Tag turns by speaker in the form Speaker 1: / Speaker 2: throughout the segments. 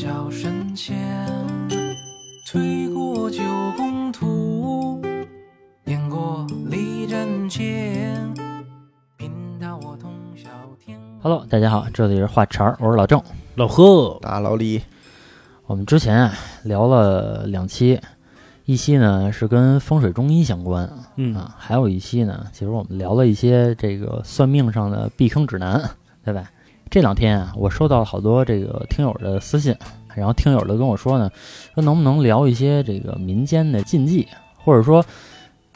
Speaker 1: 小神仙，推过九宫图，演过李贞贤，贫道我通晓天。
Speaker 2: Hello，大家好，这里是话茬儿，我是老郑。
Speaker 3: 老贺，
Speaker 4: 打老李，
Speaker 2: 我们之前啊聊了两期，一期呢是跟风水中医相关
Speaker 3: 嗯，
Speaker 2: 啊，还有一期呢，其实我们聊了一些这个算命上的避坑指南，对吧？这两天啊，我收到了好多这个听友的私信，然后听友都跟我说呢，说能不能聊一些这个民间的禁忌，或者说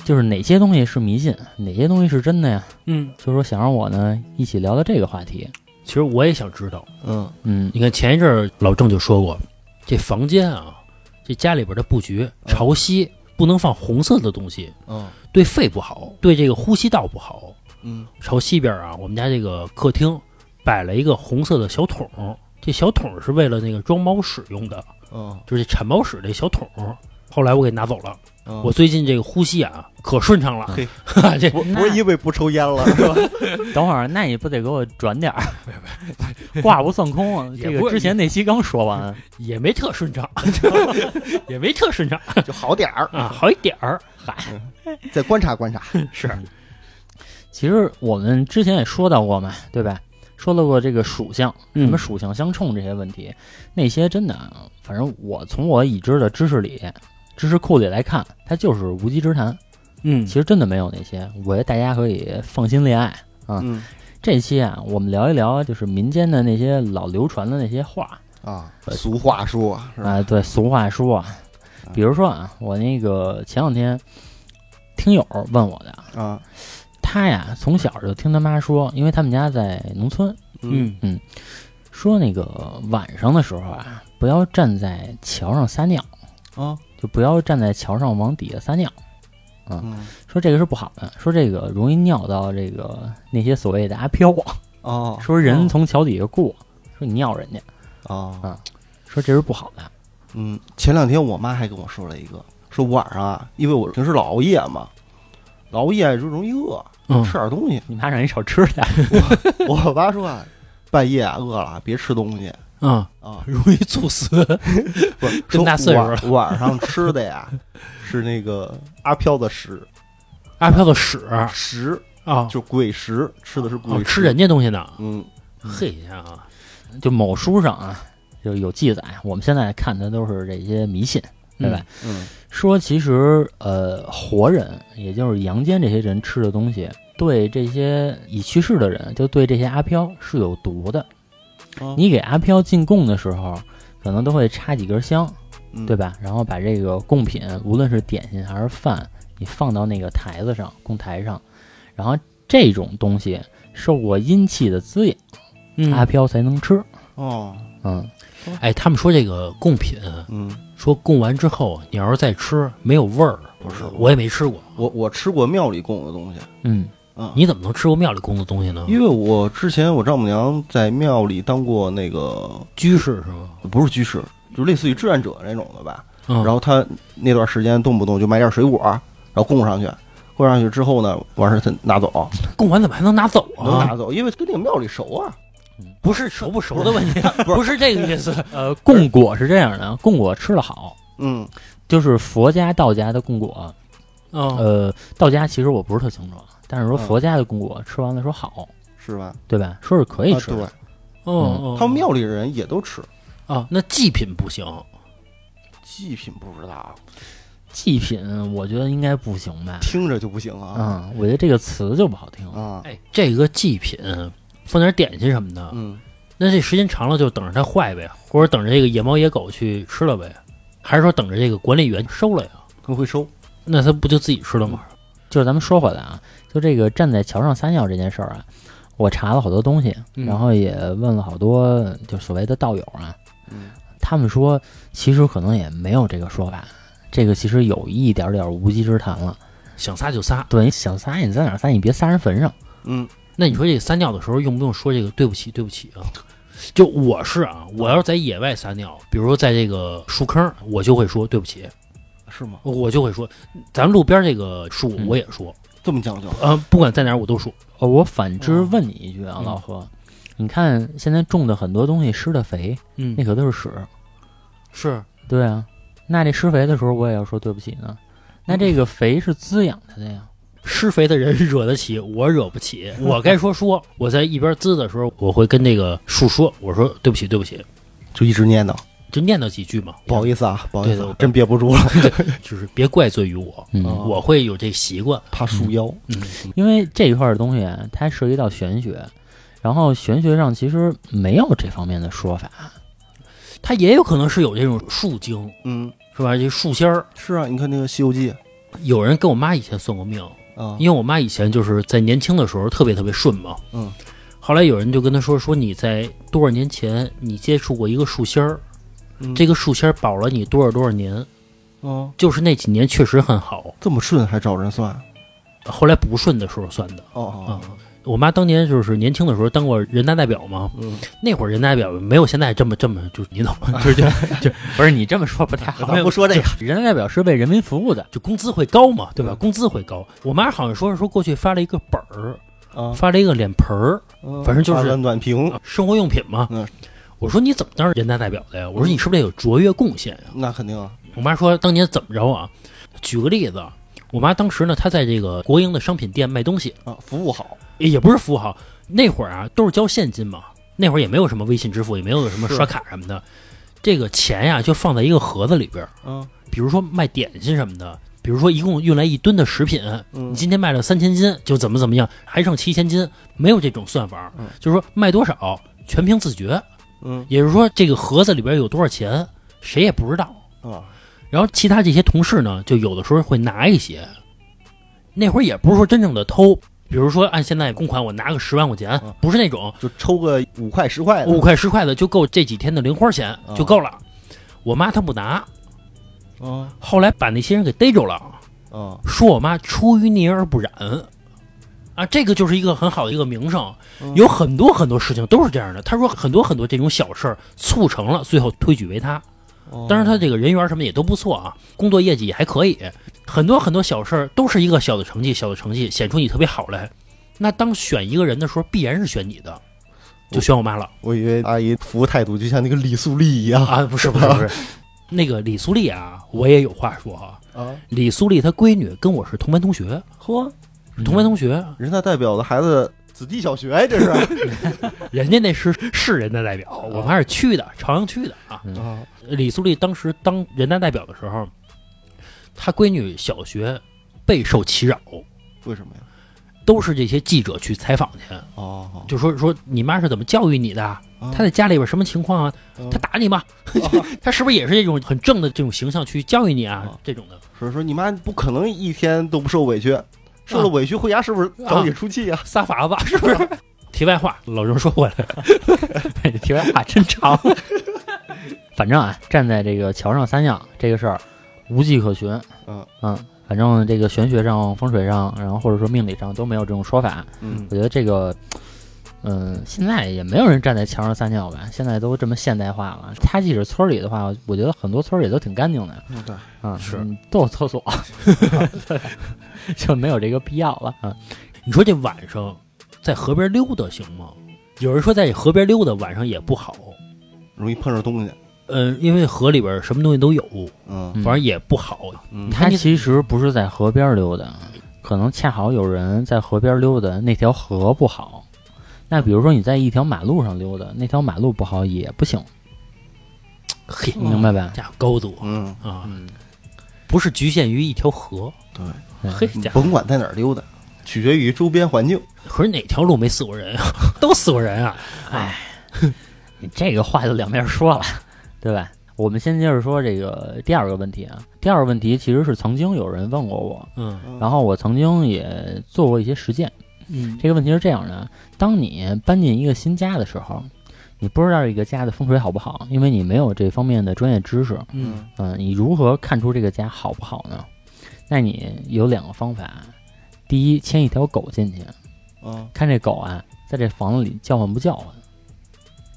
Speaker 2: 就是哪些东西是迷信，哪些东西是真的呀？
Speaker 3: 嗯，
Speaker 2: 就说想让我呢一起聊聊这个话题。
Speaker 3: 其实我也想知道。
Speaker 4: 嗯，
Speaker 2: 嗯，
Speaker 3: 你看前一阵儿老郑就说过，这房间啊，这家里边的布局朝西不能放红色的东西，
Speaker 4: 嗯
Speaker 3: 对肺不好，对这个呼吸道不好。
Speaker 4: 嗯，
Speaker 3: 朝西边啊，我们家这个客厅摆了一个红色的小桶，这小桶是为了那个装猫屎用的，
Speaker 4: 嗯，
Speaker 3: 就是这铲猫屎这小桶。后来我给拿走了。
Speaker 4: 嗯
Speaker 3: 我最近这个呼吸啊，可顺畅了。
Speaker 4: 嘿
Speaker 3: 这
Speaker 4: 不
Speaker 2: 那
Speaker 4: 不是因为不抽 烟了，是吧？
Speaker 2: 等会儿，那你不得给我转点儿？话不算空啊！
Speaker 3: 也
Speaker 2: 这
Speaker 3: 不
Speaker 2: 个
Speaker 3: 是
Speaker 2: 之前那期刚说 完，
Speaker 3: 也没特顺畅， 也没特顺畅
Speaker 4: 就好点儿，
Speaker 3: 啊，好一点儿。嗨，
Speaker 4: 再观察观察。
Speaker 3: 是
Speaker 2: 其实我们之前也说到过嘛，对吧？说到过这个属相，
Speaker 3: 什
Speaker 2: 什么属相相冲这些问题，那些真的啊，反正我从我已知的知识里、知识库里来看，它就是无稽之谈。
Speaker 3: 嗯
Speaker 2: 其实真的没有那些，我觉得大家可以放心恋爱。
Speaker 4: 嗯
Speaker 2: 这期啊，我们聊一聊就是民间的那些老流传的那些话，
Speaker 4: 啊，俗话说，是吧？
Speaker 2: 啊，对，俗话说啊，比如说啊，我那个前两天听友问我的，
Speaker 4: 啊，
Speaker 2: 他呀从小就听他妈说，因为他们家在农村，
Speaker 3: 嗯
Speaker 2: 说那个晚上的时候啊，不要站在桥上撒尿，
Speaker 4: 啊，
Speaker 2: 就不要站在桥上往底下撒尿，
Speaker 4: 嗯，
Speaker 2: 说这个是不好的，说这个容易尿到这个那些所谓的阿飘，啊
Speaker 4: 哦，
Speaker 2: 说人从桥底下过，说你尿人家，
Speaker 4: 哦，
Speaker 2: 说这是不好的，
Speaker 4: 嗯，前两天我妈还跟我说了一个，说晚上啊，因为我平时老熬夜嘛，老熬夜就容易饿，
Speaker 3: 嗯
Speaker 4: 吃点东西。
Speaker 2: 你妈让你少吃点儿，
Speaker 4: 我妈说啊，半夜啊饿了别吃东西
Speaker 3: 啊，
Speaker 4: 啊，
Speaker 3: 容易猝死。
Speaker 4: 不是
Speaker 3: 跟大岁数了
Speaker 4: 说晚晚上吃的呀， 是那个阿飘的屎
Speaker 3: 阿飘的屎啊，
Speaker 4: 食，
Speaker 3: 哦
Speaker 4: 就鬼食，吃的是鬼食，
Speaker 3: 吃人家东西呢。
Speaker 4: 嗯，
Speaker 3: 嘿呀，
Speaker 2: 就某书上啊就有记载，我们现在看的都是这些迷信，对吧？
Speaker 4: 嗯
Speaker 2: 说其实呃，活人也就是阳间这些人吃的东西，对这些已去世的人，就对这些阿飘是有毒的。
Speaker 4: 哦
Speaker 2: 你给阿飘进贡的时候，可能都会插几根香，
Speaker 4: 嗯
Speaker 2: 对吧？然后把这个贡品，无论是点心还是饭，你放到那个台子上，供台上，然后这种东西受过阴气的滋养，
Speaker 3: 嗯
Speaker 2: 阿飘才能吃。
Speaker 4: 哦，
Speaker 2: 嗯，
Speaker 3: 哎，他们说这个贡品，
Speaker 4: 嗯，
Speaker 3: 说供完之后，你要是再吃没有味儿，
Speaker 4: 不是
Speaker 3: 我也没吃过。
Speaker 4: 我我吃过庙里供的东西，
Speaker 2: 嗯，
Speaker 4: 嗯，
Speaker 3: 你怎么能吃过庙里供的东西呢？
Speaker 4: 因为我之前我丈母娘在庙里当过那个
Speaker 3: 居士是吗？
Speaker 4: 不是居士，就类似于志愿者那种的吧。
Speaker 3: 嗯，
Speaker 4: 然后她那段时间动不动就买点水果，然后供上去，供上去之后呢，完事儿她拿走，
Speaker 3: 供完怎么还能拿走
Speaker 4: 能拿
Speaker 3: 啊？
Speaker 4: 走，因为跟那个庙里熟啊。
Speaker 3: 不是熟不熟的问题，不是这个意思。
Speaker 2: 呃，供果是这样的，供果吃的好，
Speaker 4: 嗯
Speaker 2: 就是佛家、道家的供果，
Speaker 3: 嗯
Speaker 2: 呃，道家其实我不是特清楚，但是说
Speaker 4: 哦嗯
Speaker 2: 佛家的供果吃完了说好，
Speaker 4: 是吧？
Speaker 2: 对吧？说是可以
Speaker 4: 啊，
Speaker 2: 吃的，
Speaker 4: 对，
Speaker 3: 哦，
Speaker 4: 嗯他们庙里人也都吃
Speaker 3: 啊，那祭品不行。
Speaker 4: 祭品，不知道，啊
Speaker 2: 祭品我觉得应该不行吧？
Speaker 4: 听着就不行啊
Speaker 2: 嗯，我觉得这个词就不好听。
Speaker 4: 啊，
Speaker 3: 哎，这个祭品放点点心什么的，
Speaker 4: 嗯，
Speaker 3: 那这时间长了就等着它坏呗，或者等着这个野猫野狗去吃了呗，还是说等着这个管理员收了呀？
Speaker 4: 更会收。
Speaker 3: 那它不就自己吃了吗？
Speaker 2: 就是咱们说回来啊，就这个站在桥上撒尿这件事儿啊，我查了好多东西，
Speaker 3: 嗯
Speaker 2: 然后也问了好多就所谓的道友啊，
Speaker 4: 嗯
Speaker 2: 他们说其实可能也没有这个说法，这个其实有一点点无稽之谈了。
Speaker 3: 想撒就撒。
Speaker 2: 对，你想撒你在哪儿撒，你别撒人坟上。
Speaker 4: 嗯
Speaker 3: 那你说这个撒尿的时候用不用说这个对不起对不起啊？就我是啊，我要是在野外撒尿，比如说在这个树坑，我就会说对不起，
Speaker 4: 是吗？
Speaker 3: 我就会说，咱路边这个树
Speaker 2: 嗯
Speaker 3: 我也说，
Speaker 4: 这么讲究？
Speaker 3: 呃，不管在哪儿我都说，
Speaker 2: 哦，我反之问你一句啊，
Speaker 3: 嗯
Speaker 2: 老何，你看现在种的很多东西施的肥，
Speaker 3: 嗯
Speaker 2: 那可都是屎，
Speaker 3: 是
Speaker 2: 对啊，那这施肥的时候我也要说对不起呢。那这个肥是滋养它的呀，
Speaker 3: 施肥的人 惹得起，我惹不起。我该说说，我在一边滋的时候，我会跟那个树说，我说对不起，对不起，
Speaker 4: 就一直念叨，
Speaker 3: 就念叨几句嘛。
Speaker 4: 不好
Speaker 3: 意
Speaker 4: 意思啊，不好意思
Speaker 3: 对
Speaker 4: 啊
Speaker 3: 对，
Speaker 4: 真憋不 住了，
Speaker 3: 思，就是别怪罪于我，
Speaker 2: 嗯，
Speaker 4: 哦
Speaker 3: 我会有这习惯。
Speaker 4: 怕束腰。
Speaker 3: 嗯，
Speaker 2: 因为这一块儿的东西啊它涉及到玄学，然后玄学上其实没有这方面的说法。
Speaker 3: 他也有可能是有这种树精，
Speaker 4: 嗯，
Speaker 3: 是吧？这树仙儿，
Speaker 4: 是啊，你看那个《西游记》
Speaker 3: 有人跟我妈以前算过命，
Speaker 4: 啊，
Speaker 3: 因为我妈以前就是在年轻的时候特别特别顺嘛，
Speaker 4: 嗯，
Speaker 3: 后来有人就跟她说说你在多少年前你接触过一个树仙儿，
Speaker 4: 嗯
Speaker 3: 这个树仙儿保了你多少多少年，
Speaker 4: 嗯，
Speaker 3: 就是那几年确实很好，
Speaker 4: 这么顺还找人算？
Speaker 3: 后来不顺的时候算的。
Speaker 4: 哦哦，哦
Speaker 3: 我妈当年就是年轻的时候当过人大代表嘛，
Speaker 4: 嗯，
Speaker 3: 那会儿人大代表没有现在这么这么就是你懂
Speaker 4: 啊
Speaker 3: 吗？就是就
Speaker 2: 不是你这么说不太好，
Speaker 4: 咱不说这个，
Speaker 2: 人代表是为人民服务的，
Speaker 3: 就工资会高嘛，对吧？
Speaker 4: 嗯
Speaker 3: 工资会高。我妈好像说是说过去发了一个本儿，
Speaker 4: 啊，
Speaker 3: 发了一个脸盆儿，
Speaker 4: 嗯
Speaker 3: 反正就是啊
Speaker 4: 发短短平，
Speaker 3: 生活用品嘛。
Speaker 4: 嗯
Speaker 3: 我说你怎么当人大代表的呀？我说你是不是得有卓越贡献呀？
Speaker 4: 那肯定啊，
Speaker 3: 我妈说当年怎么着啊？举个例子，我妈当时呢，她在这个国营的商品店卖东西，
Speaker 4: 啊，服务好，
Speaker 3: 也不是富豪，那会儿啊都是交现金嘛，那会儿也没有什么微信支付，也没有什么
Speaker 4: 是
Speaker 3: 刷卡什么的，这个钱呀、就放在一个盒子里边儿，
Speaker 4: 嗯
Speaker 3: 比如说卖点心什么的。比如说，一共运来一吨的食品，
Speaker 4: 嗯
Speaker 3: 你今天卖了三千斤，就怎么怎么样，还剩七千斤，没有这种算法儿
Speaker 4: 嗯，
Speaker 3: 就是说卖多少全凭自觉。
Speaker 4: 嗯
Speaker 3: 也就是说，这个盒子里边有多少钱，谁也不知道。
Speaker 4: 啊，
Speaker 3: 然后其他这些同事呢，就有的时候会拿一些，那会儿也不是说真正的偷，比如说按现在公款，我拿个十万块钱
Speaker 4: 嗯，
Speaker 3: 不是那种
Speaker 4: 就抽个五块十块的，
Speaker 3: 五块十块的就够这几天的零花钱
Speaker 4: 嗯
Speaker 3: 就够了。我妈她不拿，
Speaker 4: 啊
Speaker 3: 后来把那些人给逮着了，
Speaker 4: 啊，
Speaker 3: 说我妈出淤泥而不染。啊，这个就是一个很好的一个名声，
Speaker 4: 嗯
Speaker 3: 有很多很多事情都是这样的。他说很多很多这种小事儿促成了最后推举为他。
Speaker 4: 哦
Speaker 3: 当然，他这个人缘什么也都不错啊，工作业绩也还可以，很多很多小事儿都是一个小的成绩，小的成绩显出你特别好来。那当选一个人的时候，必然是选你的，就选我妈了
Speaker 4: 我以为阿姨服务态度就像那个李素丽一样
Speaker 3: 啊！不是不是不是，那个李苏丽啊，我也有话说啊。
Speaker 4: 啊，
Speaker 3: 李苏丽她闺女跟我是同班同学，
Speaker 4: 呵，
Speaker 2: 嗯
Speaker 3: 是同班同学，
Speaker 4: 人大代表的孩子子弟小学呀，这是
Speaker 3: 人家那是市人大代表，我妈是区的，朝阳区的 啊。
Speaker 4: 啊，
Speaker 3: 李苏丽当时当人大代表的时候，她闺女小学备受其扰。
Speaker 4: 为什么呀？
Speaker 3: 都是这些记者去采访去，
Speaker 4: 哦，
Speaker 3: 就说说你妈是怎么教育你的？
Speaker 4: 啊
Speaker 3: 她在家里边什么情况啊？她打你吗？她是不是也是这种很正的这种形象去教育你啊
Speaker 4: 啊？
Speaker 3: 这种的，
Speaker 4: 所以说你妈不可能一天都不受委屈，受了委屈回家是不是找你出气呀？
Speaker 3: 撒法子啊 是不是？题外话，老郑说回来，
Speaker 2: 题外话真长。反正啊，站在这个桥上三样这个事儿，无迹可寻。
Speaker 4: 嗯
Speaker 2: 反正这个玄学上、风水上，然后或者说命理上都没有这种说法。
Speaker 4: 嗯
Speaker 2: 我觉得这个，嗯，现在也没有人站在墙上撒尿吧？现在都这么现代化了。它即使村里的话，我觉得很多村儿也都挺干净的
Speaker 4: 嗯，对，
Speaker 2: 啊，
Speaker 3: 是
Speaker 2: 嗯都有厕所， 就没有这个必要了啊。
Speaker 3: 你说这晚上在河边溜达行吗？有人说在河边溜达晚上也不好，
Speaker 4: 容易碰上东西，
Speaker 3: 嗯、因为河里边什么东西都有，
Speaker 4: 嗯
Speaker 2: 嗯
Speaker 3: 反正也不好。
Speaker 4: 嗯
Speaker 3: 你
Speaker 2: 它
Speaker 3: 看你
Speaker 2: 其实不是在河边溜达，可能恰好有人在河边溜达，那条河不好。那比如说你在一条马路上溜达，那条马路不好也不行，
Speaker 3: 嘿，
Speaker 2: 明白吧？
Speaker 3: 家伙高度
Speaker 4: 嗯，
Speaker 3: 啊，
Speaker 2: 嗯，
Speaker 3: 不是局限于一条河。
Speaker 4: 对，
Speaker 3: 嘿，家伙
Speaker 4: 甭管在哪儿溜达，取决于周边环境。
Speaker 3: 可是哪条路没死过人啊？ 都死过人啊！
Speaker 2: 你这个话就两面说了，对吧？我们先接着说这个第二个问题啊。第二个问题其实是曾经有人问过我，
Speaker 3: 嗯
Speaker 2: 然后我曾经也做过一些实践。
Speaker 3: 嗯，
Speaker 2: 这个问题是这样的：当你搬进一个新家的时候，你不知道这个家的风水好不好，因为你没有这方面的专业知识。
Speaker 3: 嗯
Speaker 4: 嗯
Speaker 2: 嗯，你如何看出这个家好不好呢？那你有两个方法：啊第一，牵一条狗进去，
Speaker 4: 嗯
Speaker 2: 看这狗啊，在这房子里叫唤不叫唤。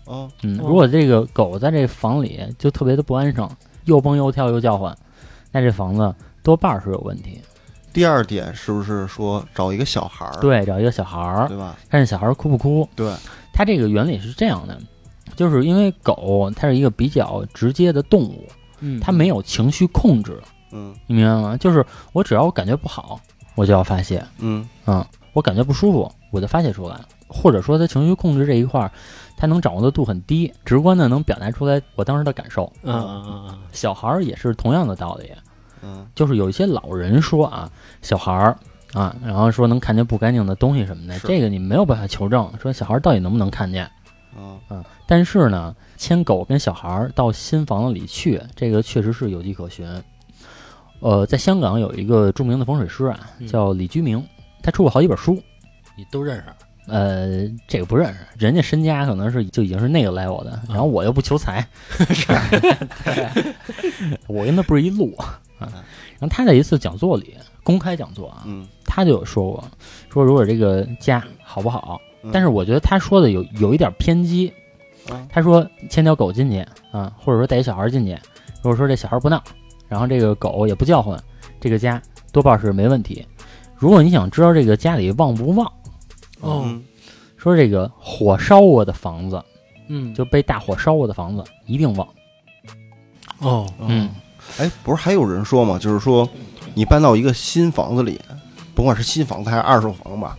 Speaker 4: 嗯
Speaker 2: 嗯，
Speaker 3: 哦
Speaker 2: 如果这个狗在这房里就特别的不安生，又蹦又跳又叫唤，那这房子多半儿是有问题。
Speaker 4: 第二点是不是说找一个小孩儿，
Speaker 2: 对，找一个小孩儿，
Speaker 4: 对吧？
Speaker 2: 看这小孩儿哭不哭。
Speaker 4: 对，
Speaker 2: 它这个原理是这样的：就是因为狗它是一个比较直接的动物，
Speaker 3: 嗯
Speaker 2: 它没有情绪控制，
Speaker 4: 嗯
Speaker 2: 你明白吗？就是我只要我感觉不好，我就要发泄，
Speaker 4: 嗯
Speaker 2: 嗯，我感觉不舒服，我就发泄出来，或者说它情绪控制这一块儿，它能掌握的度很低，直观的能表达出来我当时的感受。
Speaker 3: 嗯嗯嗯嗯
Speaker 2: 小孩儿也是同样的道理，
Speaker 4: 嗯
Speaker 2: 就是有一些老人说啊，小孩儿啊，然后说能看见不干净的东西什么的，
Speaker 4: 是
Speaker 2: 这个你没有办法求证，说小孩儿到底能不能看见。
Speaker 4: 嗯
Speaker 2: 但是呢，牵狗跟小孩儿到新房子里去，这个确实是有迹可循。呃，在香港有一个著名的风水师啊，
Speaker 3: 嗯
Speaker 2: 叫李居明，他出过好几本书。
Speaker 3: 嗯，你都认识啊？
Speaker 2: 呃，这个不认识，人家身家可能是就已经是那个 level
Speaker 4: 啊
Speaker 2: 的，然后我又不求 财，对我跟他不是一路啊。然后他在一次讲座里，公开讲座啊，
Speaker 4: 嗯，
Speaker 2: 他就有说过，说如果这个家好不好，
Speaker 4: 嗯
Speaker 2: 但是我觉得他说的有有一点偏激
Speaker 4: 啊。
Speaker 2: 他说牵条狗进去啊，或者说带一小孩进去，如果说这小孩不闹，然后这个狗也不叫唤，这个家多半是没问题。如果你想知道这个家里旺不旺，
Speaker 4: 嗯
Speaker 2: 说这个火烧过的房子，
Speaker 3: 嗯，
Speaker 2: 就被大火烧过的房子一定旺。
Speaker 3: 哦，
Speaker 2: 嗯，
Speaker 4: 哎，不是还有人说吗？就是说，你搬到一个新房子里，甭管是新房子还是二手房吧，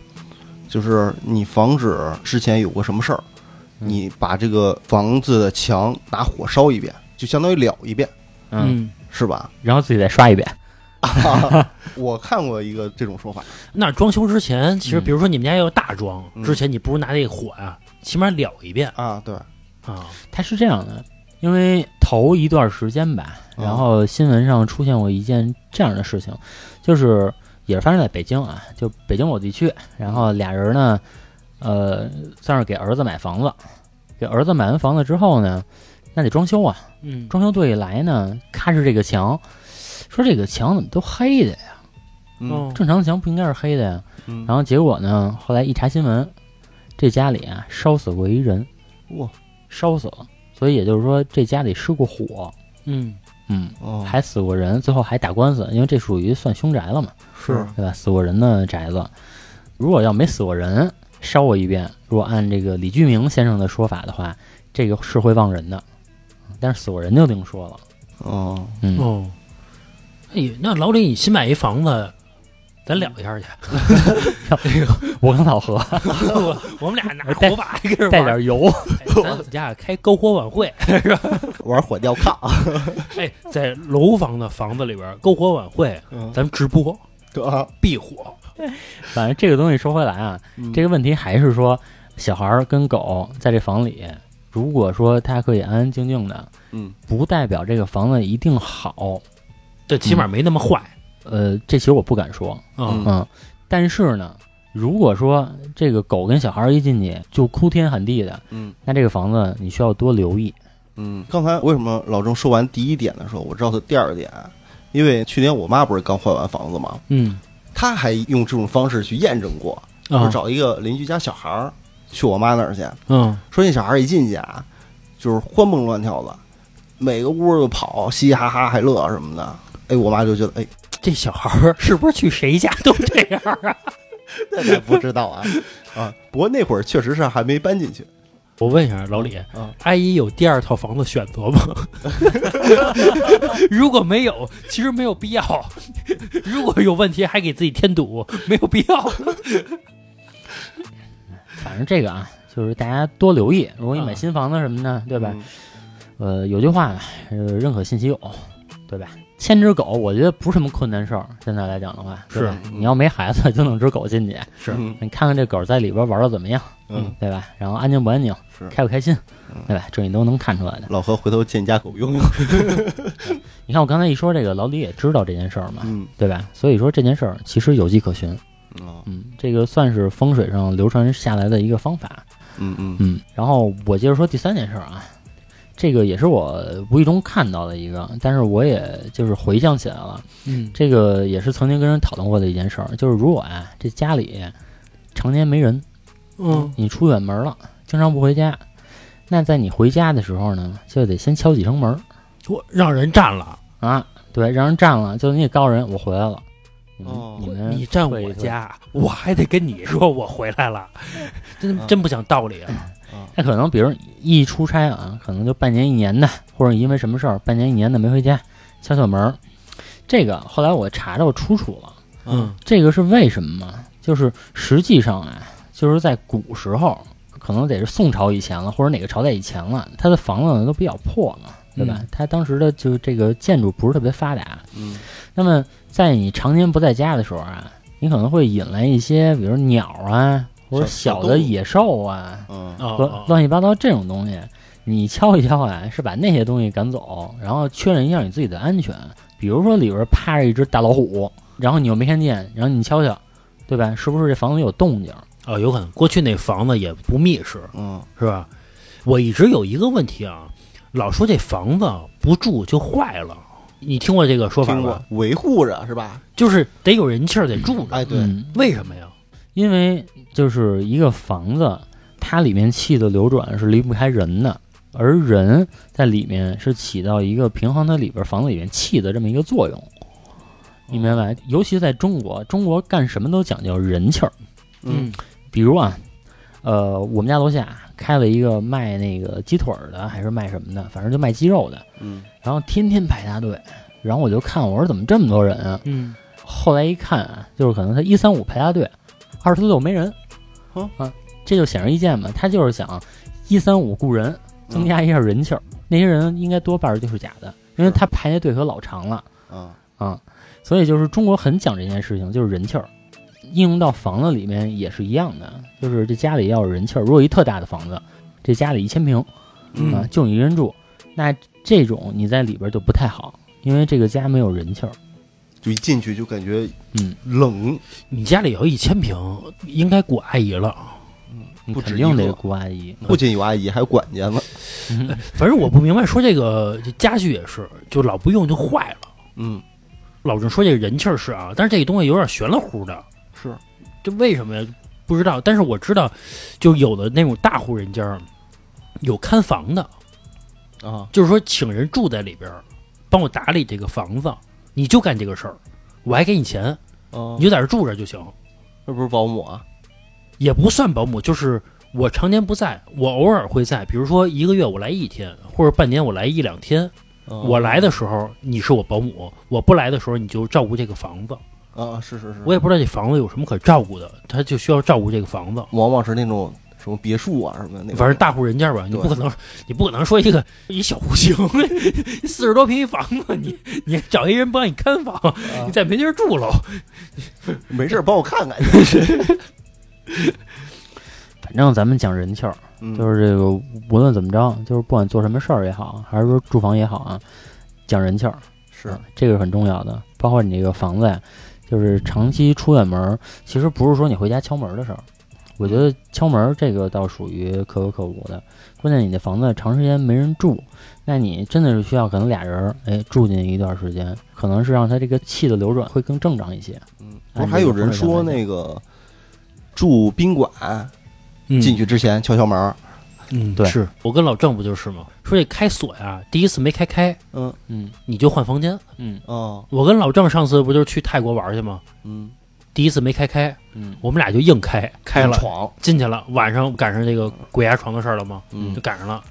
Speaker 4: 就是你防止之前有过什么事儿，
Speaker 2: 嗯
Speaker 4: 你把这个房子的墙拿火烧一遍，就相当于燎一遍，
Speaker 2: 嗯，
Speaker 4: 是吧？
Speaker 2: 然后自己再刷一遍。
Speaker 4: 我看过一个这种说法，
Speaker 3: 那装修之前，其实
Speaker 2: 嗯
Speaker 3: 比如说你们家要大装，
Speaker 4: 嗯
Speaker 3: 之前你不如拿那个火啊，起码燎一遍
Speaker 4: 啊，对，
Speaker 3: 啊。
Speaker 2: 它是这样的，因为头一段时间吧，
Speaker 4: 嗯
Speaker 2: 然后新闻上出现过一件这样的事情，就是也是发生在北京啊，就北京某地区，然后俩人呢，呃，算是给儿子买房子，给儿子买完房子之后呢，那得装修啊，
Speaker 3: 嗯，
Speaker 2: 装修队一来呢，咔哧这个墙，说这个墙怎么都黑的呀？
Speaker 4: 嗯
Speaker 3: 哦
Speaker 2: 正常的墙不应该是黑的呀？
Speaker 4: 嗯，
Speaker 2: 然后结果呢，后来一查新闻，这家里啊烧死过一人，
Speaker 4: 哇，
Speaker 2: 烧死了，所以也就是说这家里失过火，
Speaker 3: 嗯，
Speaker 2: 嗯，
Speaker 4: 哦，
Speaker 2: 还死过人，最后还打官司，因为这属于算凶宅了嘛，
Speaker 4: 是
Speaker 2: 对吧？死过人的宅子，如果要没死过人，烧过一遍，如果按这个李居明先生的说法的话，这个是会旺人的，但是死过人就另说了，
Speaker 4: 哦，
Speaker 2: 嗯，
Speaker 3: 哦，哎，那老李，你新买一房子，咱聊一下去。
Speaker 4: 哎
Speaker 2: 我跟老何
Speaker 3: 我我们俩拿火把跟着
Speaker 2: 带
Speaker 3: 玩儿，
Speaker 2: 点油，
Speaker 3: 哎咱们家开篝火晚会，
Speaker 4: 玩火吊炕，
Speaker 3: 哎，在楼房的房子里边儿篝火晚会，
Speaker 4: 嗯，
Speaker 3: 咱们直播
Speaker 4: 对啊，
Speaker 3: 避火。
Speaker 2: 反正这个东西说回来啊，
Speaker 4: 嗯
Speaker 2: 这个问题还是说，小孩儿跟狗在这房里，如果说他可以安安静静的，
Speaker 4: 嗯
Speaker 2: 不代表这个房子一定好。
Speaker 3: 这起码没那么坏。
Speaker 2: 呃，这其实我不敢说，
Speaker 3: 嗯
Speaker 2: 嗯。但是呢，如果说这个狗跟小孩儿一进去就哭天喊地的，
Speaker 4: 嗯
Speaker 2: 那这个房子你需要多留意。
Speaker 4: 嗯，刚才为什么老郑说完第一点的时候，我知道他第二点，因为去年我妈不是刚换完房子嘛，
Speaker 3: 嗯
Speaker 4: 她还用这种方式去验证过，我
Speaker 3: 啊
Speaker 4: 找一个邻居家小孩儿去我妈那儿去，
Speaker 3: 嗯
Speaker 4: 说那小孩儿一进去啊，就是欢蹦乱跳的，每个屋儿就跑，嘻嘻哈哈还乐什么的。哎，我妈就觉得，哎，
Speaker 3: 这小孩儿是不是去谁家都这样啊？
Speaker 4: 这咱不知道 啊啊！不过那会儿确实是还没搬进去，
Speaker 3: 我问一下老李，
Speaker 4: 嗯
Speaker 3: 阿姨有第二套房子选择吗？ 如果没有，其实没有必要。如果有问题，还给自己添堵，没有必要。
Speaker 2: 反正这个啊，就是大家多留意。如果你买
Speaker 3: 啊
Speaker 2: 新房子什么的，对
Speaker 4: 对
Speaker 2: 吧？？呃，有句话，呃，认可信其有，对吧？牵只狗，我觉得不是什么困难事儿。现在来讲的话，对吧
Speaker 4: 是
Speaker 2: 你要没孩子，就弄只狗进去，
Speaker 3: 是
Speaker 4: 嗯
Speaker 2: 你看看这狗在里边玩的怎么样，
Speaker 4: 嗯，
Speaker 2: 对吧？然后安静不安静，
Speaker 4: 是
Speaker 2: 开不开心
Speaker 4: 嗯，
Speaker 2: 对吧？这你都能看出来的。
Speaker 4: 老何回头见你家狗用用。
Speaker 2: 你看我刚才一说这个，老李也知道这件事儿嘛，
Speaker 4: 嗯，
Speaker 2: 对吧？所以说这件事儿其实有迹可循，
Speaker 4: 哦
Speaker 2: 嗯，这个算是风水上流传下来的一个方法。
Speaker 4: 嗯嗯
Speaker 2: 嗯，然后我接着说第三件事儿啊，这个也是我无意中看到的一个，但是我也就是回想起来了，
Speaker 3: 嗯
Speaker 2: 这个也是曾经跟人讨论过的一件事儿，就是如果啊这家里常年没人，
Speaker 3: 嗯
Speaker 2: 你出远门了，经常不回家，那在你回家的时候呢，就得先敲几声门儿
Speaker 3: 我让人占了，
Speaker 2: 啊，对，让人占了，就你也告诉人我回来了，你们、
Speaker 4: 哦
Speaker 2: 你们
Speaker 3: 你占
Speaker 2: 嗯会
Speaker 3: 我家，我还得跟你说我回来了，真
Speaker 4: 嗯
Speaker 3: 真不讲道理啊！
Speaker 4: 啊
Speaker 2: 他可能比如一出差啊，可能就半年一年的，或者因为什么事儿半年一年的没回家，敲敲门儿。这个后来我查到出处了，
Speaker 3: 嗯
Speaker 2: 这个是为什么吗？就是实际上啊，就是在古时候，可能得是宋朝以前了，或者哪个朝代以前了，它的房子呢都比较破嘛，对吧
Speaker 3: 嗯？
Speaker 2: 它当时的就这个建筑不是特别发达，
Speaker 4: 嗯
Speaker 2: 那么在你常年不在家的时候啊，你可能会引来一些，比如鸟啊，或者
Speaker 4: 小
Speaker 2: 小
Speaker 4: 小
Speaker 2: 的
Speaker 4: 动物
Speaker 2: 野兽啊，
Speaker 4: 嗯
Speaker 3: 哦
Speaker 2: 乱
Speaker 3: 哦
Speaker 2: 乱七八糟这种东西，你敲一敲啊，是把那些东西赶走，然后确认一下你自己的安全。比如说里边趴着一只大老虎，然后你又没看见，然后你敲敲，对吧？是不是这房子有动静？
Speaker 3: 哦，有可能过去那房子也不密实，
Speaker 4: 嗯
Speaker 3: 是吧？我一直有一个问题啊，老说这房子不住就坏了，你听过这个说法
Speaker 4: 听过
Speaker 3: 吧？
Speaker 4: 维护着是吧？
Speaker 3: 就是得有人气儿，得住着。
Speaker 4: 哎，对，
Speaker 2: 嗯
Speaker 3: 为什么呀？
Speaker 2: 因为就是一个房子，它里面气的流转是离不开人的，而人在里面是起到一个平衡它里边房子里面气的这么一个作用，你明
Speaker 3: 哦
Speaker 2: 白？尤其在中国，中国干什么都讲究人气儿。
Speaker 4: 嗯
Speaker 2: 比如啊，呃，我们家楼下开了一个卖那个鸡腿儿的，还是卖什么的，反正就卖鸡肉的，
Speaker 4: 嗯
Speaker 2: 然后天天排大队，然后我就看我说怎么这么多人啊？
Speaker 3: 嗯，
Speaker 2: 后来一看啊，就是可能他一三五排大队，二四六没人，
Speaker 4: 哼
Speaker 2: 啊，这就显而易见嘛。他就是想一三五雇人，增加一下人气儿。那些人应该多半儿就是假的，因为
Speaker 4: 是
Speaker 2: 他排那队可老长了
Speaker 4: 啊
Speaker 2: 啊。所以就是中国很讲这件事情，就是人气儿，应用到房子里面也是一样的，就是这家里要有人气儿。如果一特大的房子，这家里一千平啊
Speaker 3: 嗯，
Speaker 2: 就你一人住，那这种你在里边儿就不太好，因为这个家没有人气儿。
Speaker 4: 就一进去就感觉
Speaker 2: 嗯
Speaker 4: 冷，
Speaker 3: 你家里要一千平，应该管阿姨了。
Speaker 2: 你
Speaker 4: 不
Speaker 2: 肯
Speaker 4: 止
Speaker 2: 定
Speaker 4: 一
Speaker 2: 得
Speaker 4: 个
Speaker 2: 顾阿姨，
Speaker 4: 不仅有阿姨，还有管家呢。
Speaker 2: 嗯
Speaker 3: 反正我不明白，说这个这家具也是，就老不用就坏了。
Speaker 4: 嗯，
Speaker 3: 老郑说这个人气儿是啊，但是这个东西有点悬了乎的，
Speaker 4: 是
Speaker 3: 这为什么呀？不知道。但是我知道，就有的那种大户人家儿有看房的，
Speaker 4: 啊，
Speaker 3: 就是说请人住在里边儿，帮我打理这个房子，你就干这个事儿，我还给你钱，
Speaker 4: 哦
Speaker 3: 你，就在这儿住着就行，
Speaker 4: 这不是保姆啊？
Speaker 3: 也不算保姆，就是我常年不在，我偶尔会在，比如说一个月我来一天，或者半年我来一两天，我
Speaker 4: 我
Speaker 3: 来的时候你是我保姆，我不来的时候你就照顾这个房子。
Speaker 4: 啊，是是是，
Speaker 3: 我也不知道这房子有什么可照顾的，他就需要照顾这个房子。
Speaker 4: 往往是那种什么别墅啊什么的，那种
Speaker 3: 反正大户人家吧，你
Speaker 4: 对
Speaker 3: 不可能，你不可能说一个一小户型，四十多平一房子，你你找一人帮你看房，
Speaker 4: 啊
Speaker 3: 你再没地儿住喽。
Speaker 4: 没事儿帮我看 看，
Speaker 2: 反正咱们讲人气儿，
Speaker 4: 嗯
Speaker 2: 就是这个无论怎么着，就是不管做什么事儿也好，还是说住房也好啊，讲人气儿
Speaker 4: 是
Speaker 2: 啊这个是很重要的。包括你这个房子呀，就是长期出远门儿，其实不是说你回家敲门儿的事儿。我觉得敲门儿这个倒属于可有可无的，关键你的房子长时间没人住，那你真的是需要可能俩人儿哎住进一段时间，可能是让它这个气的流转会更正常一些。
Speaker 4: 嗯，不是还有人说那个住宾馆进去之前敲敲门儿，
Speaker 3: 嗯，
Speaker 2: 对
Speaker 3: 是我跟老郑不就是吗？说这开锁呀，第一次没开开，
Speaker 4: 嗯
Speaker 2: 嗯
Speaker 3: 你就换房间。
Speaker 2: 嗯
Speaker 4: 哦
Speaker 3: 我跟老郑上次不就是去泰国玩去吗？
Speaker 4: 嗯，
Speaker 3: 第一次没开开，
Speaker 2: 嗯，
Speaker 3: 我们俩就硬开，开了
Speaker 4: 床，
Speaker 3: 进去了。晚上赶上这个鬼压床的事儿了吗？
Speaker 4: 嗯
Speaker 3: 就赶上了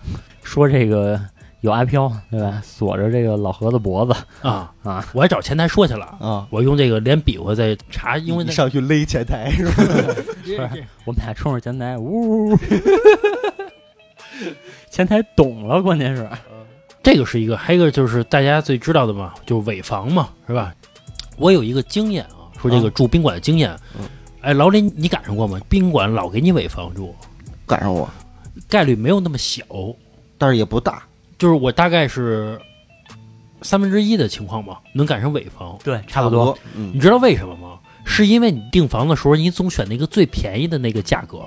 Speaker 2: 说这个有阿飘对吧？锁着这个老何的脖子，
Speaker 3: 啊
Speaker 2: 啊！
Speaker 3: 我还找前台说去了，
Speaker 4: 啊，
Speaker 3: 我用这个连比划再查，因为
Speaker 4: 一
Speaker 3: 那
Speaker 4: 上去勒前台是吧？
Speaker 2: 我们俩冲着前台，呜， 前台懂了，关键是，
Speaker 3: 这个是一个，还有一个就是大家最知道的嘛，就是尾房嘛，是吧？我有一个经验啊，说这个住宾馆的经验。
Speaker 4: 嗯
Speaker 3: 哎，老李，你赶上过吗？宾馆老给你尾房住，
Speaker 4: 赶上我，
Speaker 3: 概率没有那么小，
Speaker 4: 但是也不大，
Speaker 3: 就是我大概是三分之一的情况吧，能赶上尾房。
Speaker 2: 对，差
Speaker 4: 差不
Speaker 2: 不多。，
Speaker 4: 嗯
Speaker 3: 你知道为什么吗？是因为你订房的时候，你总选那个最便宜的那个价格。